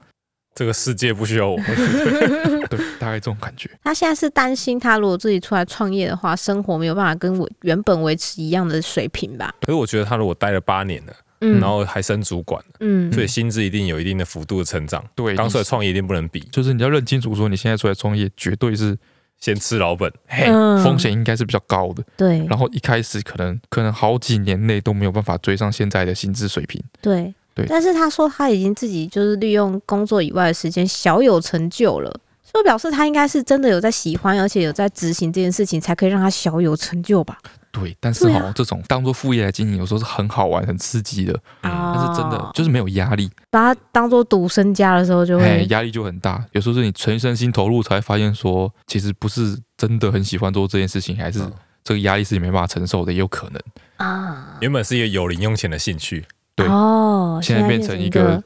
这个世界不需要我。对，大概这种感觉。他现在是担心他如果自己出来创业的话，生活没有办法跟我原本维持一样的水平吧。可是我觉得他如果待了八年了，嗯，然后还升主管，嗯，所以薪资一定有一定的幅度的成长。对，刚你出来创业一定不能比，就是你要认清楚，说你现在出来创业，绝对是先吃老本。嘿、嗯哎风险应该是比较高的。对然后一开始可能可能好几年内都没有办法追上现在的薪资水平。对对但是他说他已经自己就是利用工作以外的时间小有成就了。所以表示他应该是真的有在喜欢，而且有在执行这件事情，才可以让他小有成就吧。对，但是对哈、啊这种当做副业来经营，有时候是很好玩、很刺激的，啊但嗯是真的就是没有压力，把它当做赌身家的时候，就哎会，压力就很大。有时候是你全身心投入，才会发现说，其实不是真的很喜欢做这件事情，还是嗯这个压力是你没办法承受的，也有可能。啊，原本是一个有零用钱的兴 (laughs) 趣，对哦，现在变成一个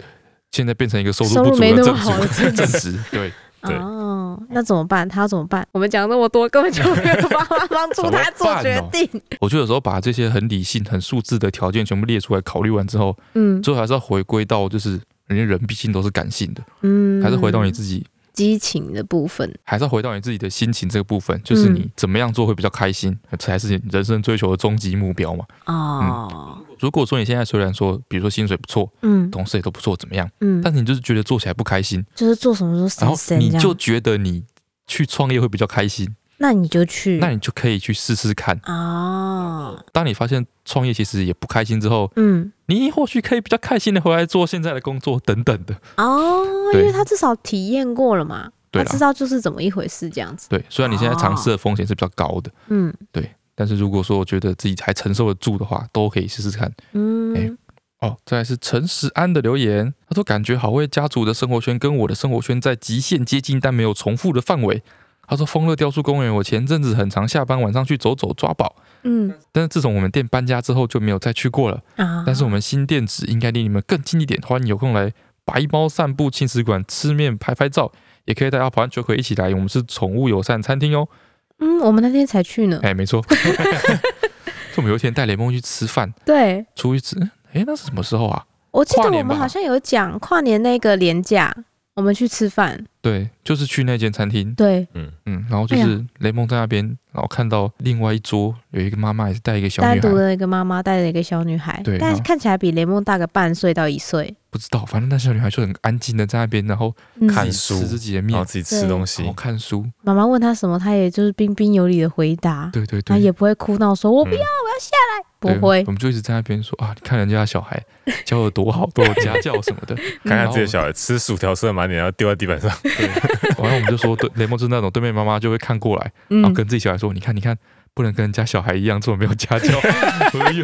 现在变成一个收入收入不足没的那正么好的职，正职 (laughs) 对，对哦，那怎么办？他要怎么办？我们讲那么多，根本就没有办法帮助他怎么做办决哦定。我觉得有时候把这些很理性、很数字的条件全部列出来考虑完之后， (laughs) 嗯最后还是要回归到就是人家人毕竟都是感性的，嗯，还是回到你自己，激情的部分。还是要回到你自己的心情这个部分，就是你嗯怎么样做会比较开心，才是你人生追求的终极目标嘛。哦，如果说你现在虽然说，比如说薪水不错，嗯同事也都不错，怎么样，嗯，但是你就是觉得做起来不开心，就是做什么都然神后神你这就样，觉得你去创业会比较开心，那你就去，那你就可以去试试看。哦，当你发现创业其实也不开心之后，嗯你或许可以比较开心的回来做现在的工作等等的。哦，因对为他至少体验过了嘛，对啊他啦啊知道就是怎么一回事这样子。对，虽然你现在尝试的风险是比较高的，嗯但是如果说我觉得自己还承受得住的话，都可以试试看。哎嗯，哦，再来是陈时安的留言，他说感觉好味家族的生活圈跟我的生活圈在极限接近，但没有重复的范围。他说丰乐雕塑公园，我前阵子很常下班晚上去走走抓宝，嗯但是自从我们店搬家之后就没有再去过了。啊，但是我们新店址应该离你们更近一点，欢迎有空来白猫散步青食馆吃面拍拍照，也可以带阿婆和九可一起来，我们是宠物友善餐厅哦。嗯，我们那天才去呢，哎，没错，是我们有一天带雷梦去吃饭，对出去吃，哎，那是什么时候啊？我记跨得年我们吧好像有讲跨年那个年假，我们去吃饭，对，就是去那间餐厅，对，嗯，然后就哎呀是雷梦在那边，然后看到另外一桌有一个妈妈也是带一个小单女独孩，的一个妈妈带着一个小女孩对，然但后看起来比雷梦大个半岁到一岁，不知道，反正那小女孩就很安静的在那边，然后嗯看吃书自己的然面后，自己吃对东然西后，看书，妈妈问她什么，她也就是彬彬有礼的回答，对对对啊她，也不会哭闹说我不嗯要，我要下来，对不会我，们就一直在那边说啊，你看人家的小孩教的多好，都有家教什么 (laughs) 的。看看然自己后的小孩吃薯条吃的满脸，然后丢在地板上，然后我们就说，对，雷蒙是那种对面妈妈就会看过来，然后嗯，哦跟自己小孩说，你看，你看，不能跟人家小孩一样这么没有家教。哎呦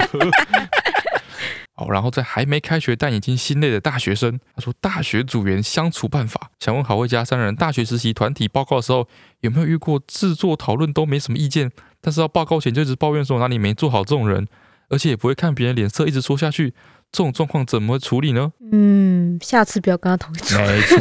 好，然后在还没开学但已经心累的大学生，他说大学组员相处办法，想问好味家三人大学实习团体报告的时候，有没有遇过制作讨论都没什么意见，但是要报告前就一直抱怨说我哪里没做好这种人，而且也不会看别人脸色一直说下去，这种状况怎么处理呢？嗯，下次不要跟她同一组， (laughs) 没错，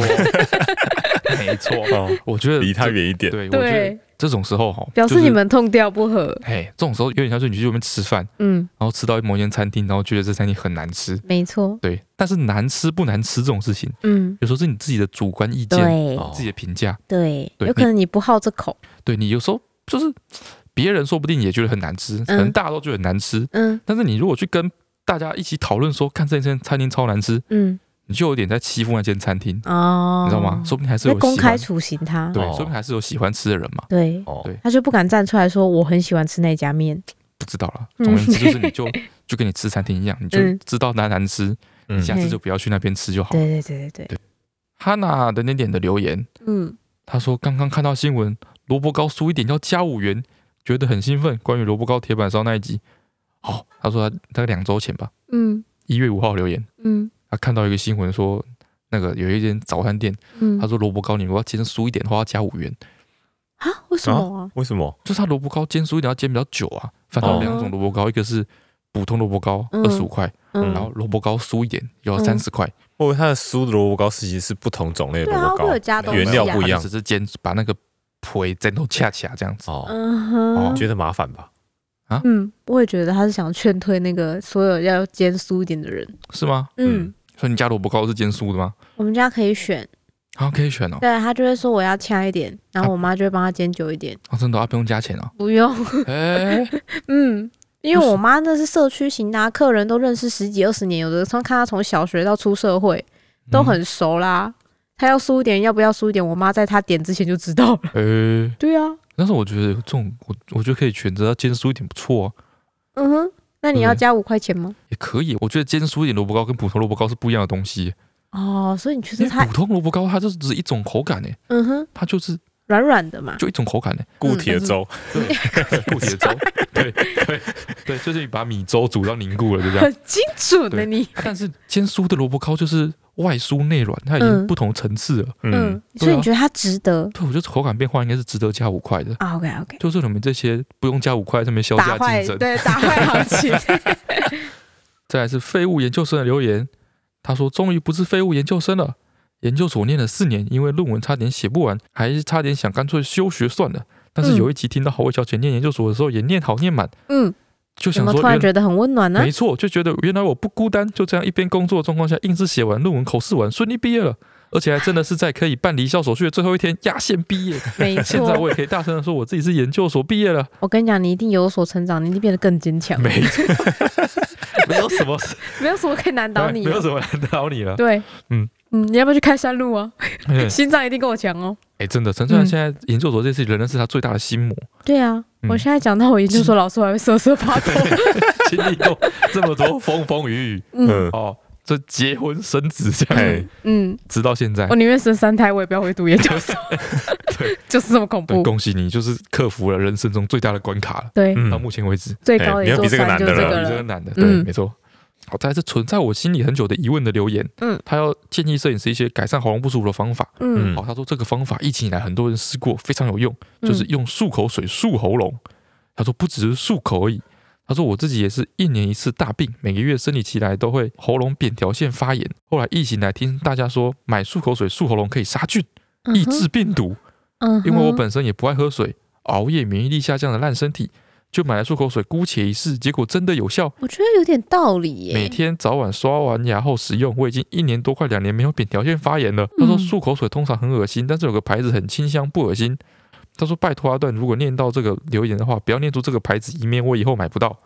没错，哦，我觉得离他这。远一点， (laughs) 对，我觉得对， (laughs) 这种时候哈，表示就是你们痛调不合，哎，这种时候有点像是你去外面吃饭，嗯，然后吃到某一间餐厅，然后觉得这餐厅很难吃，没错，对。但是难吃不难吃这种事情，嗯，有时候是你自己的主观意见、对哦自己的评价，对，对有可能你不好这口，对你有时候就是别人说不定也觉得很难吃，可能嗯大家都觉得很难吃，嗯但是你如果去跟大家一起讨论说，看这间餐厅超难吃，嗯，你就有点在欺负那间餐厅，哦，你知道吗？说不定还是在有公喜开欢，处刑他，对，哦说不定还是有喜欢吃的人嘛，对，哦，对他就不敢站出来说我很喜欢吃那家面，不知道啦。嗯总而言之，就是你就就跟你吃餐厅一样，你就嗯知道难难吃，嗯，下次就不要去那边吃就好。对对对对对，哈娜的那点的留言，嗯，他说刚刚看到新闻，萝卜糕输一点要加五元，觉得很兴奋。关于萝卜糕铁板烧那一集，哦，他说他大概两周前吧，嗯一月五号留言，嗯他看到一个新闻说，那个有一间早餐店，嗯，他说萝卜糕你如果要煎酥一点的话要加五元，啊，为什么啊？为什么？就是他萝卜糕煎酥一点要煎比较久啊。反正有哦两种萝卜糕，一个是普通萝卜糕嗯二十五块，嗯，然后萝卜糕酥一点要嗯三十块，或者哦它的酥的萝卜糕其实是不同种类的对萝啊，卜会有糕，加东西、啊，原料不一样它只是煎把那个皮煎都恰起来这样子。哦，嗯哦哼，觉得麻烦吧？嗯，我也觉得他是想劝退那个所有要煎酥一点的人，是吗？嗯，所以你家萝卜糕是煎酥的吗？我们家可以选，啊，可以选哦。对他就会说我要掐一点，然后我妈就会帮他煎久一点，啊，真的啊，不用加钱 (laughs) 哦。不用，哎，嗯。因为我妈那是社区型的、啊，客人都认识十几二十年，有的从看她从小学到出社会，嗯都很熟啦。他要输一点，要不要输一点，我妈在他点之前就知道了。嗯哎。对啊，但是我觉得有这种，我我觉得可以选择要煎酥一点，不错啊，嗯哼，那你要对加五块钱吗？也可以。我觉得煎酥一点萝卜糕跟普通萝卜糕是不一样的东西，哦，所以你就因是为他普，通萝卜糕它就是只一种口感呢，嗯哼，它就是软软的嘛，就一种口感呢， (laughs) 固体的嗯粥，固体的 (laughs) 粥，对对对，就是你把米粥煮到凝固了，就这 (laughs) 样。很精准对的你，但是煎酥的萝卜糕就是外酥内软，它已经嗯不同层次了。嗯嗯，，所对以啊你觉得它值得对，我觉得口感变化应该是值得加五块的。啊？OK OK，就是你们这些不用加五块上面削打价坏竞争，对打坏行 (laughs) 情，再来是废物研究生的留言，他说终于不是废物研究生了。研究所念了四年，因为论文差点写不完，还是差点想干脆休学算了。但是嗯有一集听到好味小姐念研究所的时候，也念好念满，嗯，就怎想么说突然原，觉得很温暖呢没？错，就觉得原来我不孤单。就这样一边工作的状况下，硬是写完论文，口试完，顺利毕业了，而且还真的是在可以办离校手续的最后一天压线 (laughs) 毕业。没现在错，我也可以大声的说，我自己是研究所毕业了。我跟你讲，你一定有所成长，你一定变得更坚强，没错，嗯 (laughs) 没有什么 (laughs) 没有什么可以难倒你没有的。什么难倒你了。对，嗯嗯，你要不要去开山路啊？嗯心脏一定够强哦。哎、真的，陈川嗯现在研究所这件事情仍然是他最大的心魔。对啊，嗯我现在讲到我研究所老师，我还会瑟瑟发 (laughs) 抖。经历过这么多风风雨雨，嗯嗯，哦，这结婚生子这样，哎，嗯，直到现在我，宁愿生三胎，我也不要回读研究所。 (laughs) 对，就是这么恐对，怖。恭喜你，就是克服了人生中最大的关卡了。对，嗯到目前为止，最高的一座山就是哎没有比这个难的啊这了个比这个了。难的，嗯对，没错。好，再来是存在我心里很久的疑问的留言。嗯，他要建议摄影师一些改善喉咙不舒服的方法。哦嗯嗯好，他说这个方法疫情以来很多人试过，非常有用，嗯就是用漱口水漱喉咙。他说不只是漱口而已，他说我自己也是一年一次大病，每个月生理期来都会喉咙扁条线发炎。后来疫情来听大家说买漱口水漱喉咙可以杀菌、抑制病毒，嗯嗯哼，因为我本身也不爱喝水，熬夜免疫力下降的烂身体，就买了漱口水姑且一试，结果真的有效。我觉得有点道理耶，每天早晚刷完牙后使用，我已经一年多快两年没有扁条线发炎了。他说嗯漱口水通常很恶心，但是有个牌子很清香，不恶心。他说拜托阿啊段，如果念到这个留言的话，不要念出这个牌子，以免我以后买 (laughs) 不到。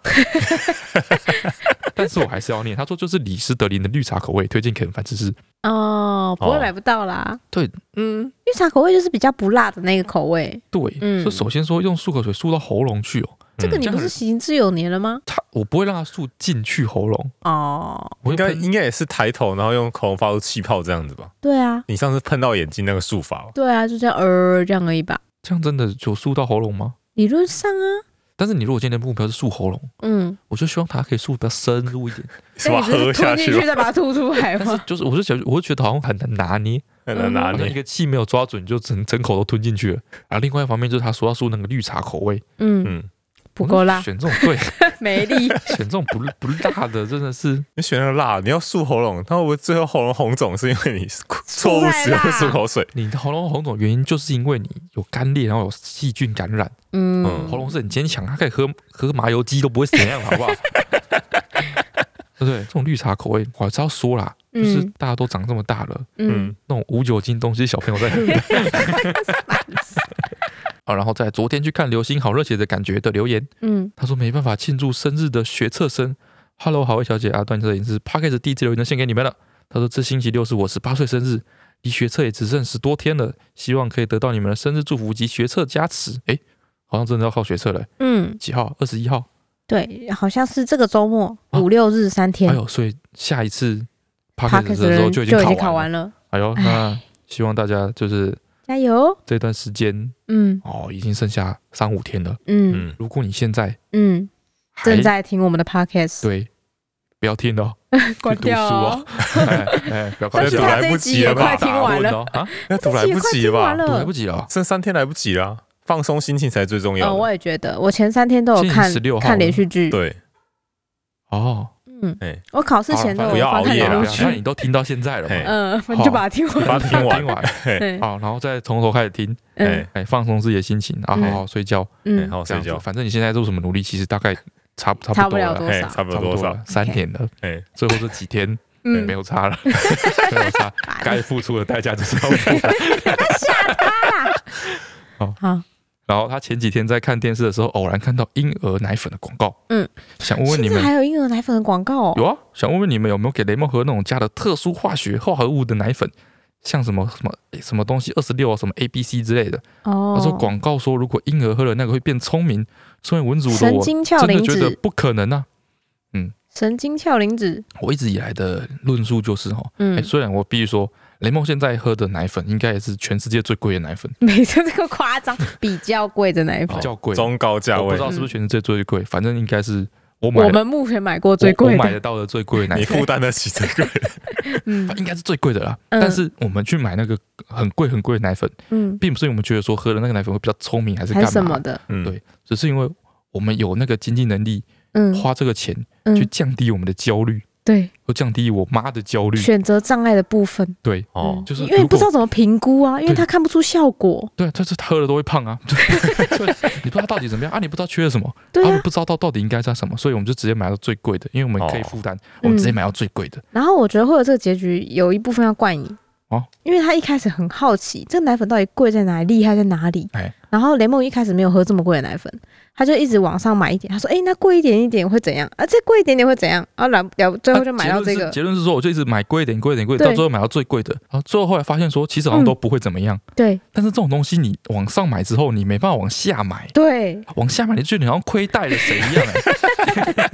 但是我还是要念。他说就是李斯德林的绿茶口味，推荐肯凡芝士。哦，不会哦买不到啦。对，嗯，绿茶口味就是比较不辣的那个口味，对，嗯所以首先说用漱口水漱到喉咙去哦，这个你不是行之有年了吗？他我不会让它漱进去喉咙，哦，我会应该喷应该也是抬头，然后用口红发出气泡这样子吧？对啊，你上次碰到眼睛那个术法哦，对啊，就这样呃这样而已吧，这样真的有漱到喉咙吗？理论上啊，但是你如果今天的目标是漱喉咙，嗯，我就希望它可以漱得深入一点。是吧？那喝你不是下吞去进去吧再把它吐出来 (laughs) 但是吗？就是，我就觉得，我就觉得好像很难拿捏，很难拿好像一捏。个气没有抓准，就整整口都吞进去了。啊，另外一方面就是他说要漱那个绿茶口味嗯，嗯，不够 (laughs) 辣，选这种对，没力。选这种不不辣的真的是你选那个辣，你要漱喉咙，那会不会最后喉咙红肿是因为你错误使用漱口水？你的喉咙红肿，原因就是因为你有干裂，然后有细菌感染，嗯嗯喉咙是很坚强，它可以喝喝麻油鸡都不会怎样，好 (laughs) 不好？对不对？这种绿茶口味，我还是要说啦，就是嗯大家都长这么大了，嗯，嗯，那种无酒精东西小朋友在喝。 (laughs) 好，然后在昨天去看《流星好热血》的感觉的留言，嗯，他说没办法庆祝生日的学测生，Hello，好位小姐阿段摄影师 p a c k a g e 第一次留言献给你们了。他说这星期六是我十八岁生日，离学测也只剩十多天了，希望可以得到你们的生日祝福及学测加持。诶，好像真的要靠学测了，嗯，几号？二十一号。对，好像是这个周末啊五六日三天哎呦，所以下一次 p a c k a g ，Parkes e 的时候人就就已经考完了。考完了，哎呦，那希望大家就是加油！这段时间嗯哦，已经剩下三五天了。嗯嗯，如果你现在嗯，还正在听我们的 Podcast，对，不要听哦， (laughs) 关去读书掉哦哦。 (laughs) 哎哎，不要看但但是是读他来这不一及集了也吧快听完 (laughs) 了，嗯哦啊，那读来这一集不快及听了完吧？读来了不。及了哦。剩三天来不及啦，放松心情才是最重嗯，要的。我也觉得，我前三天都有今天看16号看连续剧。对，哦，嗯哎，我考试前都好了不有要放熬看夜连了续不剧要啊那。你都听到现在了嘛 (laughs) 嘿？嗯，我就把它听完。把它听完听。完，对，好，然后再从头开始听，嗯哎哎，放松自己的心情啊，嗯好好睡觉，哎，嗯，好好这睡样子觉。反正你现在做什么努力，其实大概差不差差不多了了多啦，少嘿，哎差不差多不多多少了？，三 OK 年了，哎，最后这几天嗯没有差 (laughs) 了，没有差，该付出的代价就是要付。 (laughs) 好，然后他前几天在看电视的时候，偶然看到婴儿奶粉的广告，嗯，想问问你现在们还有婴儿奶粉的广告哦。有啊，想问问你们有没有给雷梦和那种加了特殊化学化合物的奶粉，像什么什么诶什么东西二十六啊，什么 A B C 之类的。哦，他说广告说如果婴儿喝了那个会变聪明，身为文组的神我经嘌真的呤觉得子，不可能啊。神经嘌呤子。我一直以来的论述就是哈，哎、嗯，虽然我必须说雷梦现在喝的奶粉应该也是全世界最贵的奶粉， (laughs) 每次这个夸张，比较贵的奶粉比，较贵，哦中高价我不位知，道是不是全世界最贵，反正应该是我嗯买我的们目前买过最贵我我买的。得到的最贵的奶你粉，负担得起这 (laughs) 个？嗯应该是最贵的啦。嗯但是我们去买那个很贵很贵的奶粉。嗯，并不是因为我们觉得说喝了那个奶粉会比较聪明还是还干是什嘛么，的。嗯，对只是因为我们有那个经济能力，嗯花这个钱去嗯，降低我们的焦虑，对，或降低我妈的焦虑。选择障碍的部分，对，哦嗯，就是因为如不知果道怎么评估啊，因为对他看不出效果。对，但是喝了都会胖 (laughs) 啊，对，所以你不知道到底怎么样啊，你不知道缺了什么，对啊，啊你，不知道到到底应该加什么，所以我们就直接买到最贵的，因为我们可以哦负担，我们直接买到最贵的。然后我觉得会有这个结局，有一部分要怪你哦，因为他一开始很好奇这个奶粉到底贵在哪里，厉害在哪里。哎然后雷梦一开始没有喝这么贵的奶粉，他就一直往上买一点。他说：“哎、那贵一点一点会怎样？啊，再贵一点点会怎样？”啊，然了最后就买啊到这结论是个，结论是说，我就一直买贵一点，贵一点，贵一对嗯点，到最后买到最贵的。然后最后后来发现说，其实好像都不会怎么样。对但是这种东西，你往上买之后，你没办法往下买。对往下买，你就觉得你好像亏待了谁一样、欸，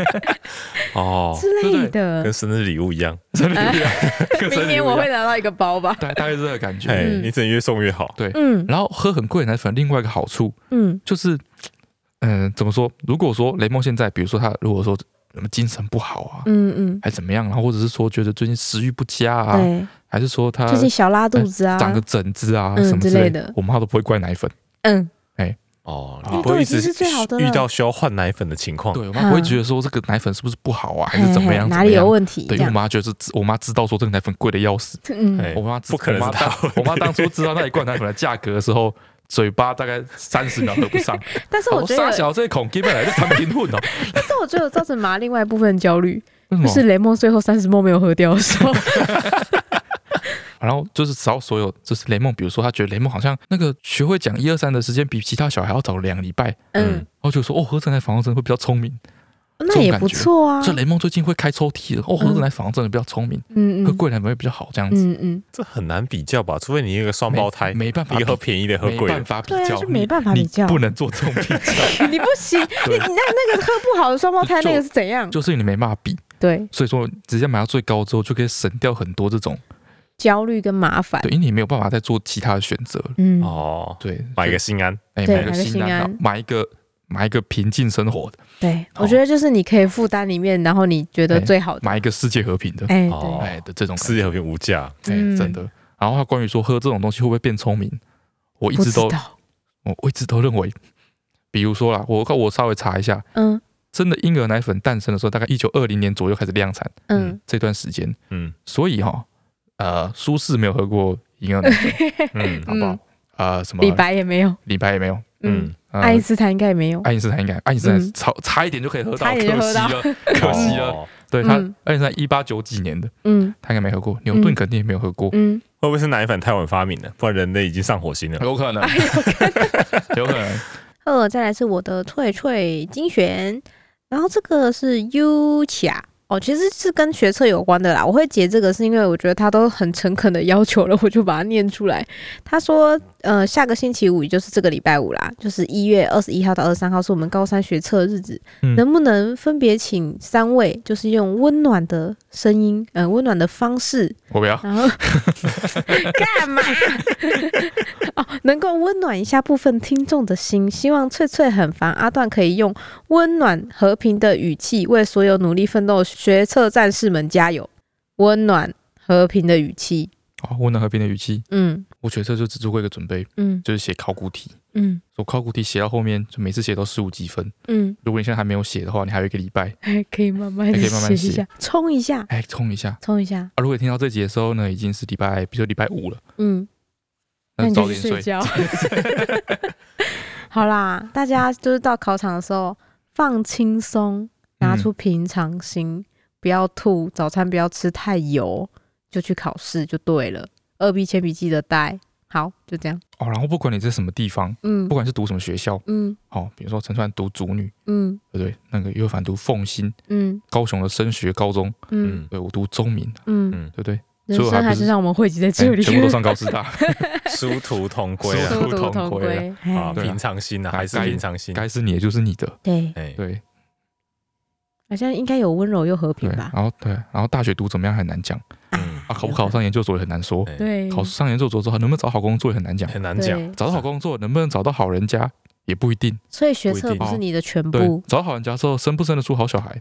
哦，之对类不的跟。生日礼物一样。 (laughs) 真的一样， (laughs) 跟生哎明日一年样我会拿到一个包吧。大大概是这个感觉。哎，嗯你只能越送越好。嗯然后喝很贵的奶粉，另外一个好处呃嗯就是，嗯、怎么说？如果说雷梦现在，比如说他如果说什么精神不好啊，嗯还怎么样，然后或者是说觉得最近食欲不佳嗯，啊，对，还是说他最近小拉肚子啊，长个疹子啊嗯什么之类类的我妈都不会怪奶粉。嗯，哦，啊你不会一都已直经是最好的了遇到需要换奶粉的情况，对我妈不会觉得说这个奶粉是不是不好啊，还是怎么嗯嘿嘿样？哎哪里怎么样有问题？这对，因为样，我妈觉得是，我妈知道说这个奶粉贵的要死。嗯，哎我妈知不可能我妈是她当我妈当初知道那一罐奶粉的价格的时候，嘴巴大概三十秒合不上。但是我我觉傻得，小这一孔，根本来是产品 (laughs) 混哦。但是我觉得造成麻另外一部分焦虑，为什就么是雷梦最后三十梦没有喝掉的时 (laughs) 候，然后就是只要所有就是雷梦，比如说他觉得雷梦好像那个学会讲一二三的时间比其他小孩要早两个礼拜，然嗯嗯，后就说哦，何晨来防真的会比较聪明。那也不错啊，所以雷梦最近会开抽屉了，哦，何嗯晨来防真的比较聪明，嗯喝嗯贵奶粉会比较好这样子。嗯嗯， (laughs) 这很难比较吧？除非你一个双没胞胎，没办法一比个喝便宜的，喝没贵办的，法比对啊较，就没你办法比较你不能做这种比 (laughs) 较，你不行，你 (laughs) 对你那那个喝不好的双胞胎就那个是怎样？就是你没办法比，对，所以说直接买到最高之后，就可以省掉很多这种，焦虑跟麻烦，对，因为你没有办法再做其他的选择了，嗯，哦，对，买所一个以心 (laughs) 安，哎，对买一个买个心心安，安然后买一个买一个平静生活的，对，哦哎我觉得就是你可以负担里面，然后你觉得最好的，买一个世界和平的，哎，哦对，哎的这种感觉世界和平无价，哎、嗯真的。然后他关于说喝这种东西会不会变聪明，我一不直知都道，我 (laughs) 我一直都认为，比如说啦，我我稍微查一下，嗯真的婴儿奶粉诞生的时候，大概一九二零年左右开始量产，嗯，这段时间， (laughs) 嗯所以哈、呃，苏轼没有喝过婴儿奶 (laughs) 粉，嗯好不好？呃，什么李白也没有，李白也没有，嗯嗯，，呃、爱因斯坦应该也没有，爱因斯坦应该爱因斯坦嗯超差一点就可以喝到，差一可点就喝惜到了，可惜了。哦，对他嗯，爱因斯坦一八九几年的，嗯他应该没喝过，牛顿肯定也没有喝过，嗯，会不会是奶粉太晚发明了？不然人类已经上火星了。有可哎能， (laughs) 有可能。呃，再来是我的翠翠精选，然后这个是 U 卡。哦，其实是跟学测有关的啦。我会截这个是因为我觉得他都很诚恳的要求了，我就把它念出来。他说，呃，下个星期五也就是这个礼拜五啦，就是一月二十一号到二十三号是我们高三学测日子，嗯能不能分别请三位，就是用温暖的声音，嗯、温暖的方式，我 (laughs) 不要，然后干嘛？ (laughs) 哦，能够温暖一下部分听众的心。希望翠翠很烦，阿段可以用温暖和平的语气为所有努力奋斗的学测战士们加油。温暖和平的语气，好，温暖和平的语气，嗯我学测就只做过一个准备，嗯就是写考古题。嗯我考古题写到后面，就每次写到十五几分。嗯，如果你现在还没有写的话，你还有一个礼拜，还可以慢慢还的可以慢慢写地一写下，冲一下，哎，冲一下啊！冲一下，如果你听到这集的时候呢，已经是礼拜，比如说礼拜五了，嗯。那那你早就去点睡睡。觉。 (laughs) 好啦，大家就是到考场的时候放轻松，拿嗯出平常心，不要吐，早餐不要吃太油，就去考试就对了。二 B 铅笔记得带，好，就这样。哦，然后不管你在什么地方，嗯不管是读什么学校，嗯哦，比如说陈川读竹女，嗯对不对？那个尤凡读凤新，嗯高雄的升学高中，嗯嗯，对我读中明，嗯，对不对？人所以我还生还不是是让我们汇集在这哎里，全部 (laughs) 都上高师大，嗯 (laughs) 殊途同归啊殊！殊途途同 (laughs) 同归归。哎啊，对啊平常心啊，该还是平常心。该是你的就是你的，对，哎，对好像应该有温柔又和平对。啊吧然？后对，然后大学读怎么样很难讲嗯啊，考啊不考上研究所也很难说，哎对，考上研究所之后能不能找好工作也很难讲，很难讲。对，找到好工作能不能找到好人家也不一定。哦所以学不一测定不是你的全对部，， (laughs) 找好人家之后，生不生得出好小孩，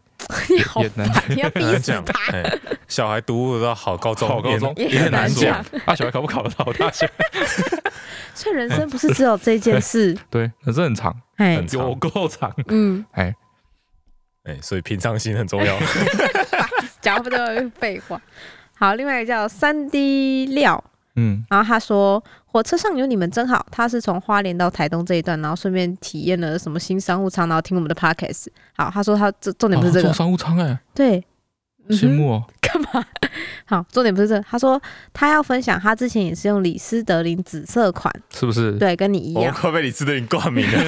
你好也难烦，你要逼很难死 (laughs) 讲他。，哎小孩读不到好高中，好高中也也很很难难讲讲。啊，小孩考不考得到大 (laughs) 学？所以人生不是只有这件事，对，可嗯 (laughs) 是很长，哎很，长有够长。嗯，哎，哎，所以平常心很重要。讲不多废话。好，另外一个叫三 D 料，嗯，然后他说火车上有你们真好，他是从花莲到台东这一段，然后顺便体验了什么新商务舱，然后听我们的 podcast。好，他说他这重点不是这哦个，坐商务舱哎，对，嗯羡哼慕哦。干嘛？好，重点不是这个他说他要分享他之前也是用李斯德林紫色款，是不是？对，跟你一我样。快被李斯德林冠名 (laughs) 了。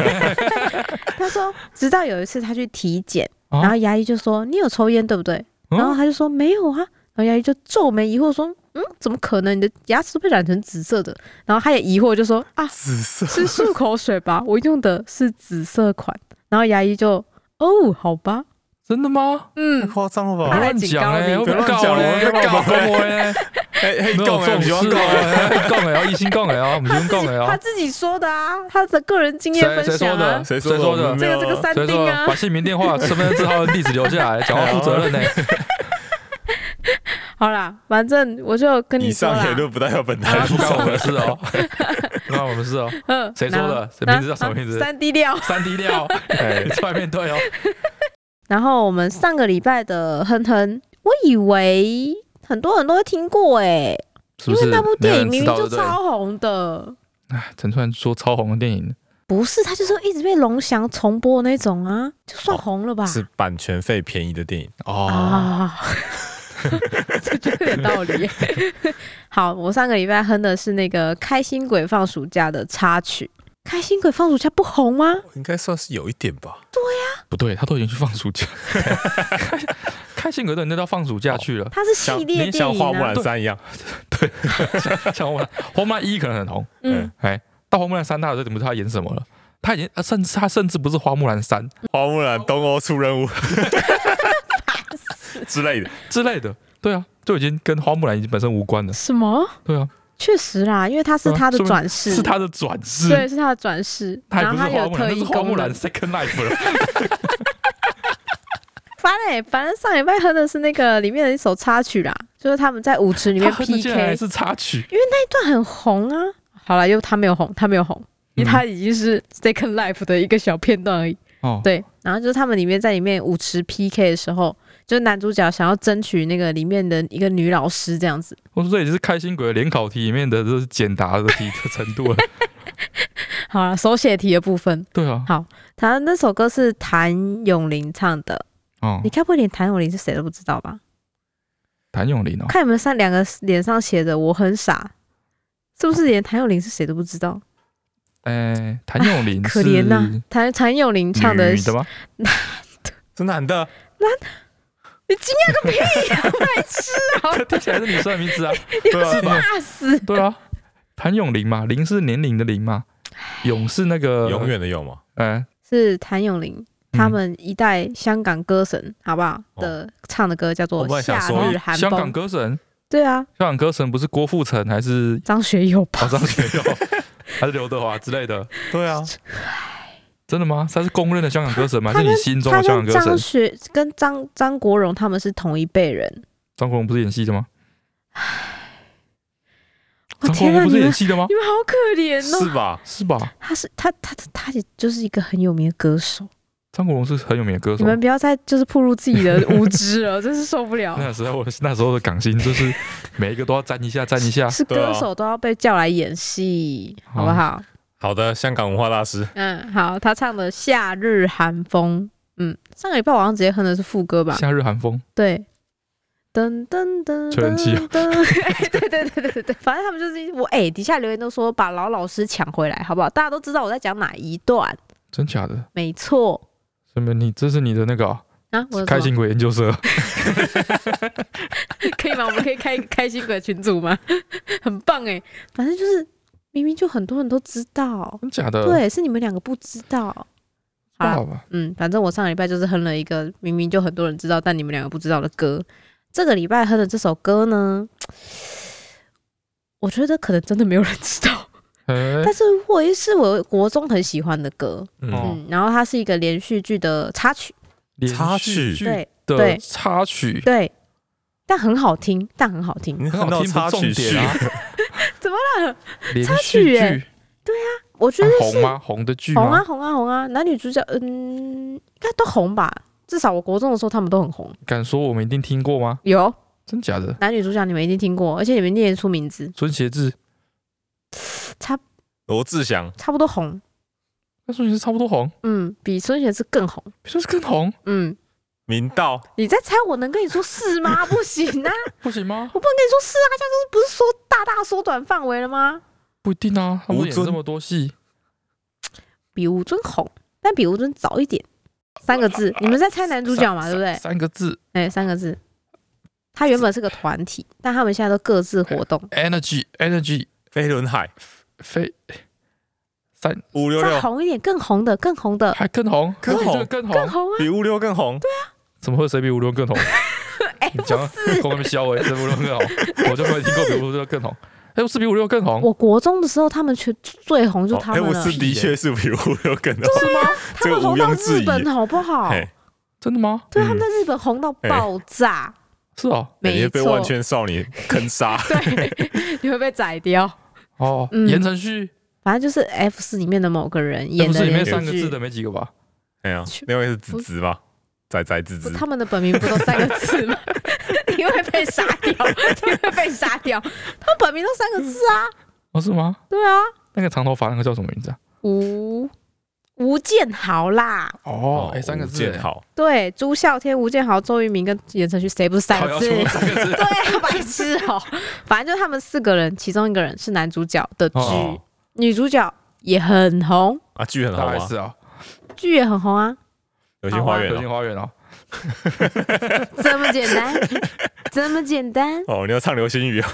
他说直到有一次他去体检，啊然后牙医就说你有抽烟对不对？然后嗯，他就说没有啊，然后牙医就皱眉疑惑说，嗯，怎么可能？你的牙齿被染成紫色的？然后他也疑惑就说啊， (laughs) 紫色是漱口水吧？我用的是紫色款。然后牙医就哦，好吧，真的吗？嗯，夸张了不他要还吧？乱讲警告你哎，我不要告乱讲嘞，我我被告告我嘞。嘿嘿，没讲有重哎，不喜欢视讲哎，啊， (laughs) 嘿讲哎啊，一心讲哎啊，我们他先自讲己哎他啊，自己说的啊，他的个人经验谁分谁说享啊的？。谁谁说说的没这有个这个啊三谁定说啊把，姓名、电话、身份证字号地址留下 (laughs) 来，讲话负责任呢？好啦，反正我就跟你以说上啦。言啊论不代表本台哎立不关我场。们的事 (laughs) 哦，不关我们的事哦。嗯，谁说的？谁名字叫什么名字？三 D 料。三 D 料， (laughs) 哎你出来面对哦。然后我们上个礼拜的哼哼，我以为很多人都会听过哎、是因不是为那部没有电人影明明知道就对不对超红的，哎，陈川说超红的电影，不是它就是一直被龙翔重播那种啊，就算红了吧？是版权费便宜的电影，哦，啊， (laughs) 这就有点道理。 (laughs) 好，我上个礼拜哼的是那个《开心鬼放暑假》的插曲，《开心鬼放暑假》不红吗？应该算是有一点吧。不对，他都已经去放暑 (laughs) 假，开心鬼都已经到放暑假去 (laughs) 了。它是像系列你电像影花木啊兰，三一样，像我红木兰一可能很红，嗯，哎，到红木兰三大家都怎么知道他演什么了？他已经，啊甚至他甚至不是花木兰三花木兰东欧出 (laughs) 任务之类的，之类的，对啊，就已经跟花木兰已经本身无关了，什么？对啊，确实啦，因为它是对啊它的说明转世，是他的转世，对，是他的转世，他也然不后是他花有木特兰，那异是啊花木功能兰。Second Life 了。反正、欸、反正上礼拜哼的是那个里面的一首插曲啦，就是他们在舞池 (laughs) 里面 (laughs) 他哼的 PK 竟然还是插曲，那一段很红啊。好了，又他没有红，他没有红，嗯因为他已经是 Second Life 的一个小片段而已。哦，对，然后就是他们里面在里面舞池 PK 的时候，就是男主角想要争取那个里面的一个女老师这样子。我说这也是开心鬼的联考题里面的，就是简答的题的程度了。好了，手写题的部分， (laughs) 对啊，他那首歌是谭咏麟唱的，哦你，该不会连谭咏麟是谁都不知道吧？谭咏麟哦，看你们三两个脸上写着“我很傻”，是不是连谭咏麟是谁都不知道？哎，谭咏 (laughs) 麟可怜呐、谭谭咏麟唱的，女的 (laughs) 吗？是男的，你惊讶个屁呀、白痴啊！这听起来是女生的名字啊。对啊，吧？怕死！对啊，谭咏麟嘛，麟是年龄的麟嘛，咏是那个永，远的有吗？哎，是谭咏嗯麟，他们一代香港歌神，好不好？哦的唱的歌叫做我本《来想夏说日寒香港风》。歌神，对啊，香港歌神不是郭富城还是张学友吧？哦张学 (laughs) 友还是刘德华之类的？对啊，真的吗？他是公认的香港歌神吗？他还是你跟心中他的香港跟歌张神？学跟张张国荣他们是同一辈人。张国荣不是演戏的吗？我张国天啊，荣不你是演们戏的吗你？们好可怜是哦！吧？是吧？他是他他他他也就是一个很有名的歌手。张国荣是很有名的歌你手。们不要再就是暴露自己的无知了，真是受不 (laughs) 了。那时候，那时候的港星就是每一个都要沾一下，沾一下。是对啊歌手都要被叫来演戏，好不好？好的，香港文化大师，嗯，好，他唱的《夏日寒风》，嗯，上个礼拜我好像直接哼的是副歌吧？夏日寒风，对，噔噔噔，吹冷气噔，哎对对对对对对，反正他们就是我哎，底下留言都说把老老师抢回来，好不好？大家都知道我在讲哪一段，真假的？没错什么？你这是你的那个啊、啊，我有开什么心鬼研究社？可以吗？我们可以开一个开心鬼群组吗？很棒哎，反正就是明明就很多人都知道，真假的？，对，是你们两个不知道。好啦爸爸，嗯，反正我上个礼拜就是哼了一个明明就很多人知道，但你们两个不知道的歌。这个礼拜哼的这首歌呢，我觉得可能真的没有人知道，哎但是我也是我国中很喜欢的歌，哦嗯，嗯，然后它是一个连续剧的插曲，连插续曲剧对的对插曲，对，但很好听，但很好听。。你很看好到听，插不重曲序点啊怎么了？连插曲续耶剧我觉它得红吗？红的啊剧红啊吗？红啊红啊，男女主角嗯应该都红吧，至少我国中的时候他们都很红。敢说我们一定听过吗？有真假的？男女主角你们一定听过，而且你们念得出名字，孙协志，罗志祥，差不多红，那孙协志差不多红，嗯，比孙贤志更红，比孙是更红，嗯。明道，你在猜我能跟你说是 (laughs) 吗？不行啊，不行吗？我不能跟你说是啊，这样就是不是说大大缩短范围了吗？不一定啊，他们吴演尊这么多戏，比吴尊红，但比吴尊早一点，三个 (laughs) 字。你们在猜男主角嘛，对不对？三个字哎、三个字。他原本是个团体，但他们现在都各哎自活动。 ，energy energy 飞轮海，飞三五六再六红一点，更红的，更红的，还更红，更红更呃更红，红啊！比五六更红， (laughs) 怎么会谁比吴伦更红？哎、你讲啊，我们消哎，这比五六更好， (laughs) 我就没有听过比五六更好。哎，四比五六更红，我国中的时候，他们全最红就哦是他哎，们我了，是的确是比五六更好，是 (laughs) 吗？他们红这个到毋庸置日疑本好不好？哎，真的吗？对，他们嗯在日本红到爆炸，是哦，哎你没会被错，万，圈少女坑杀 (laughs) 对， (laughs) 你会被宰掉。哦，嗯言承旭，反正就是 F 四里面的某个人哎演不的是里面连续三个字剧的没几个吧？(laughs) 哎呀，那位是子子吧？仔仔子不子，他们的本名不都三个字 (laughs) 吗？你会被杀掉，你会被杀掉。他本名都三个字啊，哦，是吗？对啊，那个长头发那个叫什么名字啊？吴吴建豪啦，哦，哎，三个吴字，建豪，对，朱孝天、吴建豪、周渝民跟言承旭，谁不是三靠个腰字？出三个字对啊，白痴哦、反正就是他们四个人，其中一个人是男主角的剧，哦女主角也很红，啊，剧很好大啊 S，啊，剧也很红啊，流星花园流哦星花园哦，这么简单， (laughs) 这么简单，哦，你要唱流星雨啊？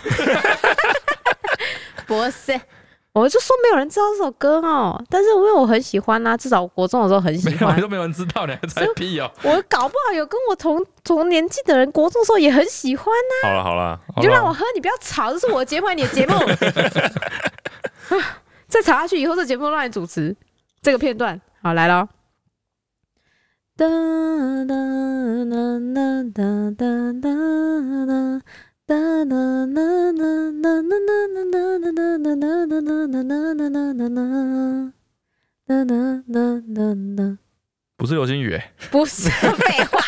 (laughs) 不是。我就说没有人知道这首歌哦，但是因为我很喜欢啊，至少我国中的时候很没喜有，欢你，都没有人知道，你还猜屁哦？我搞不好有跟我同同年纪的人，国中的时候也很喜欢，好了好了，你就让我喝，你不要吵，这是我的节目，你的节目。 (laughs) 再吵下去，以后这节目都让你主持。这个片段，好来了。哒哒哒哒哒哒哒哒哒哒哒哒哒哒哒哒哒哒哒哒哒哒哒哒哒哒哒，不是流星雨，哎不是 (laughs) 废话，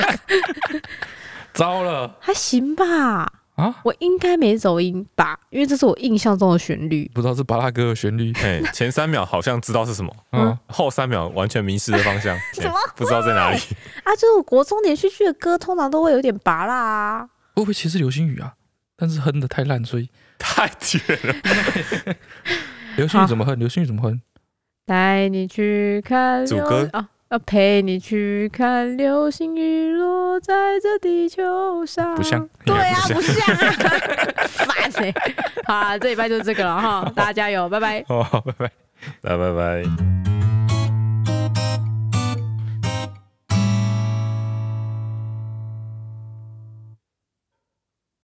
糟了还行吧。啊！我应该没走音吧，因为这是我印象中的旋律。不知道是巴拉歌的旋律，哎，前三秒好像知道是什么，嗯，后三秒完全迷失了方向，哎 (laughs) 怎么会不知道在 (laughs) 哪里？啊，就是国中连续剧的歌通常都会有点拔啦、啊，会不会其实是流星雨啊？但是哼的太烂，所以太远了，啊流星雨怎么哼？流星雨怎么哼？带你去看主流歌啊，要陪你去看流星雨落在这地球上。不像对啊，不不像啊， (laughs) 烦哎、好啊，这礼拜就是这个了哈，大家加油，拜拜。哦，拜拜。来拜拜。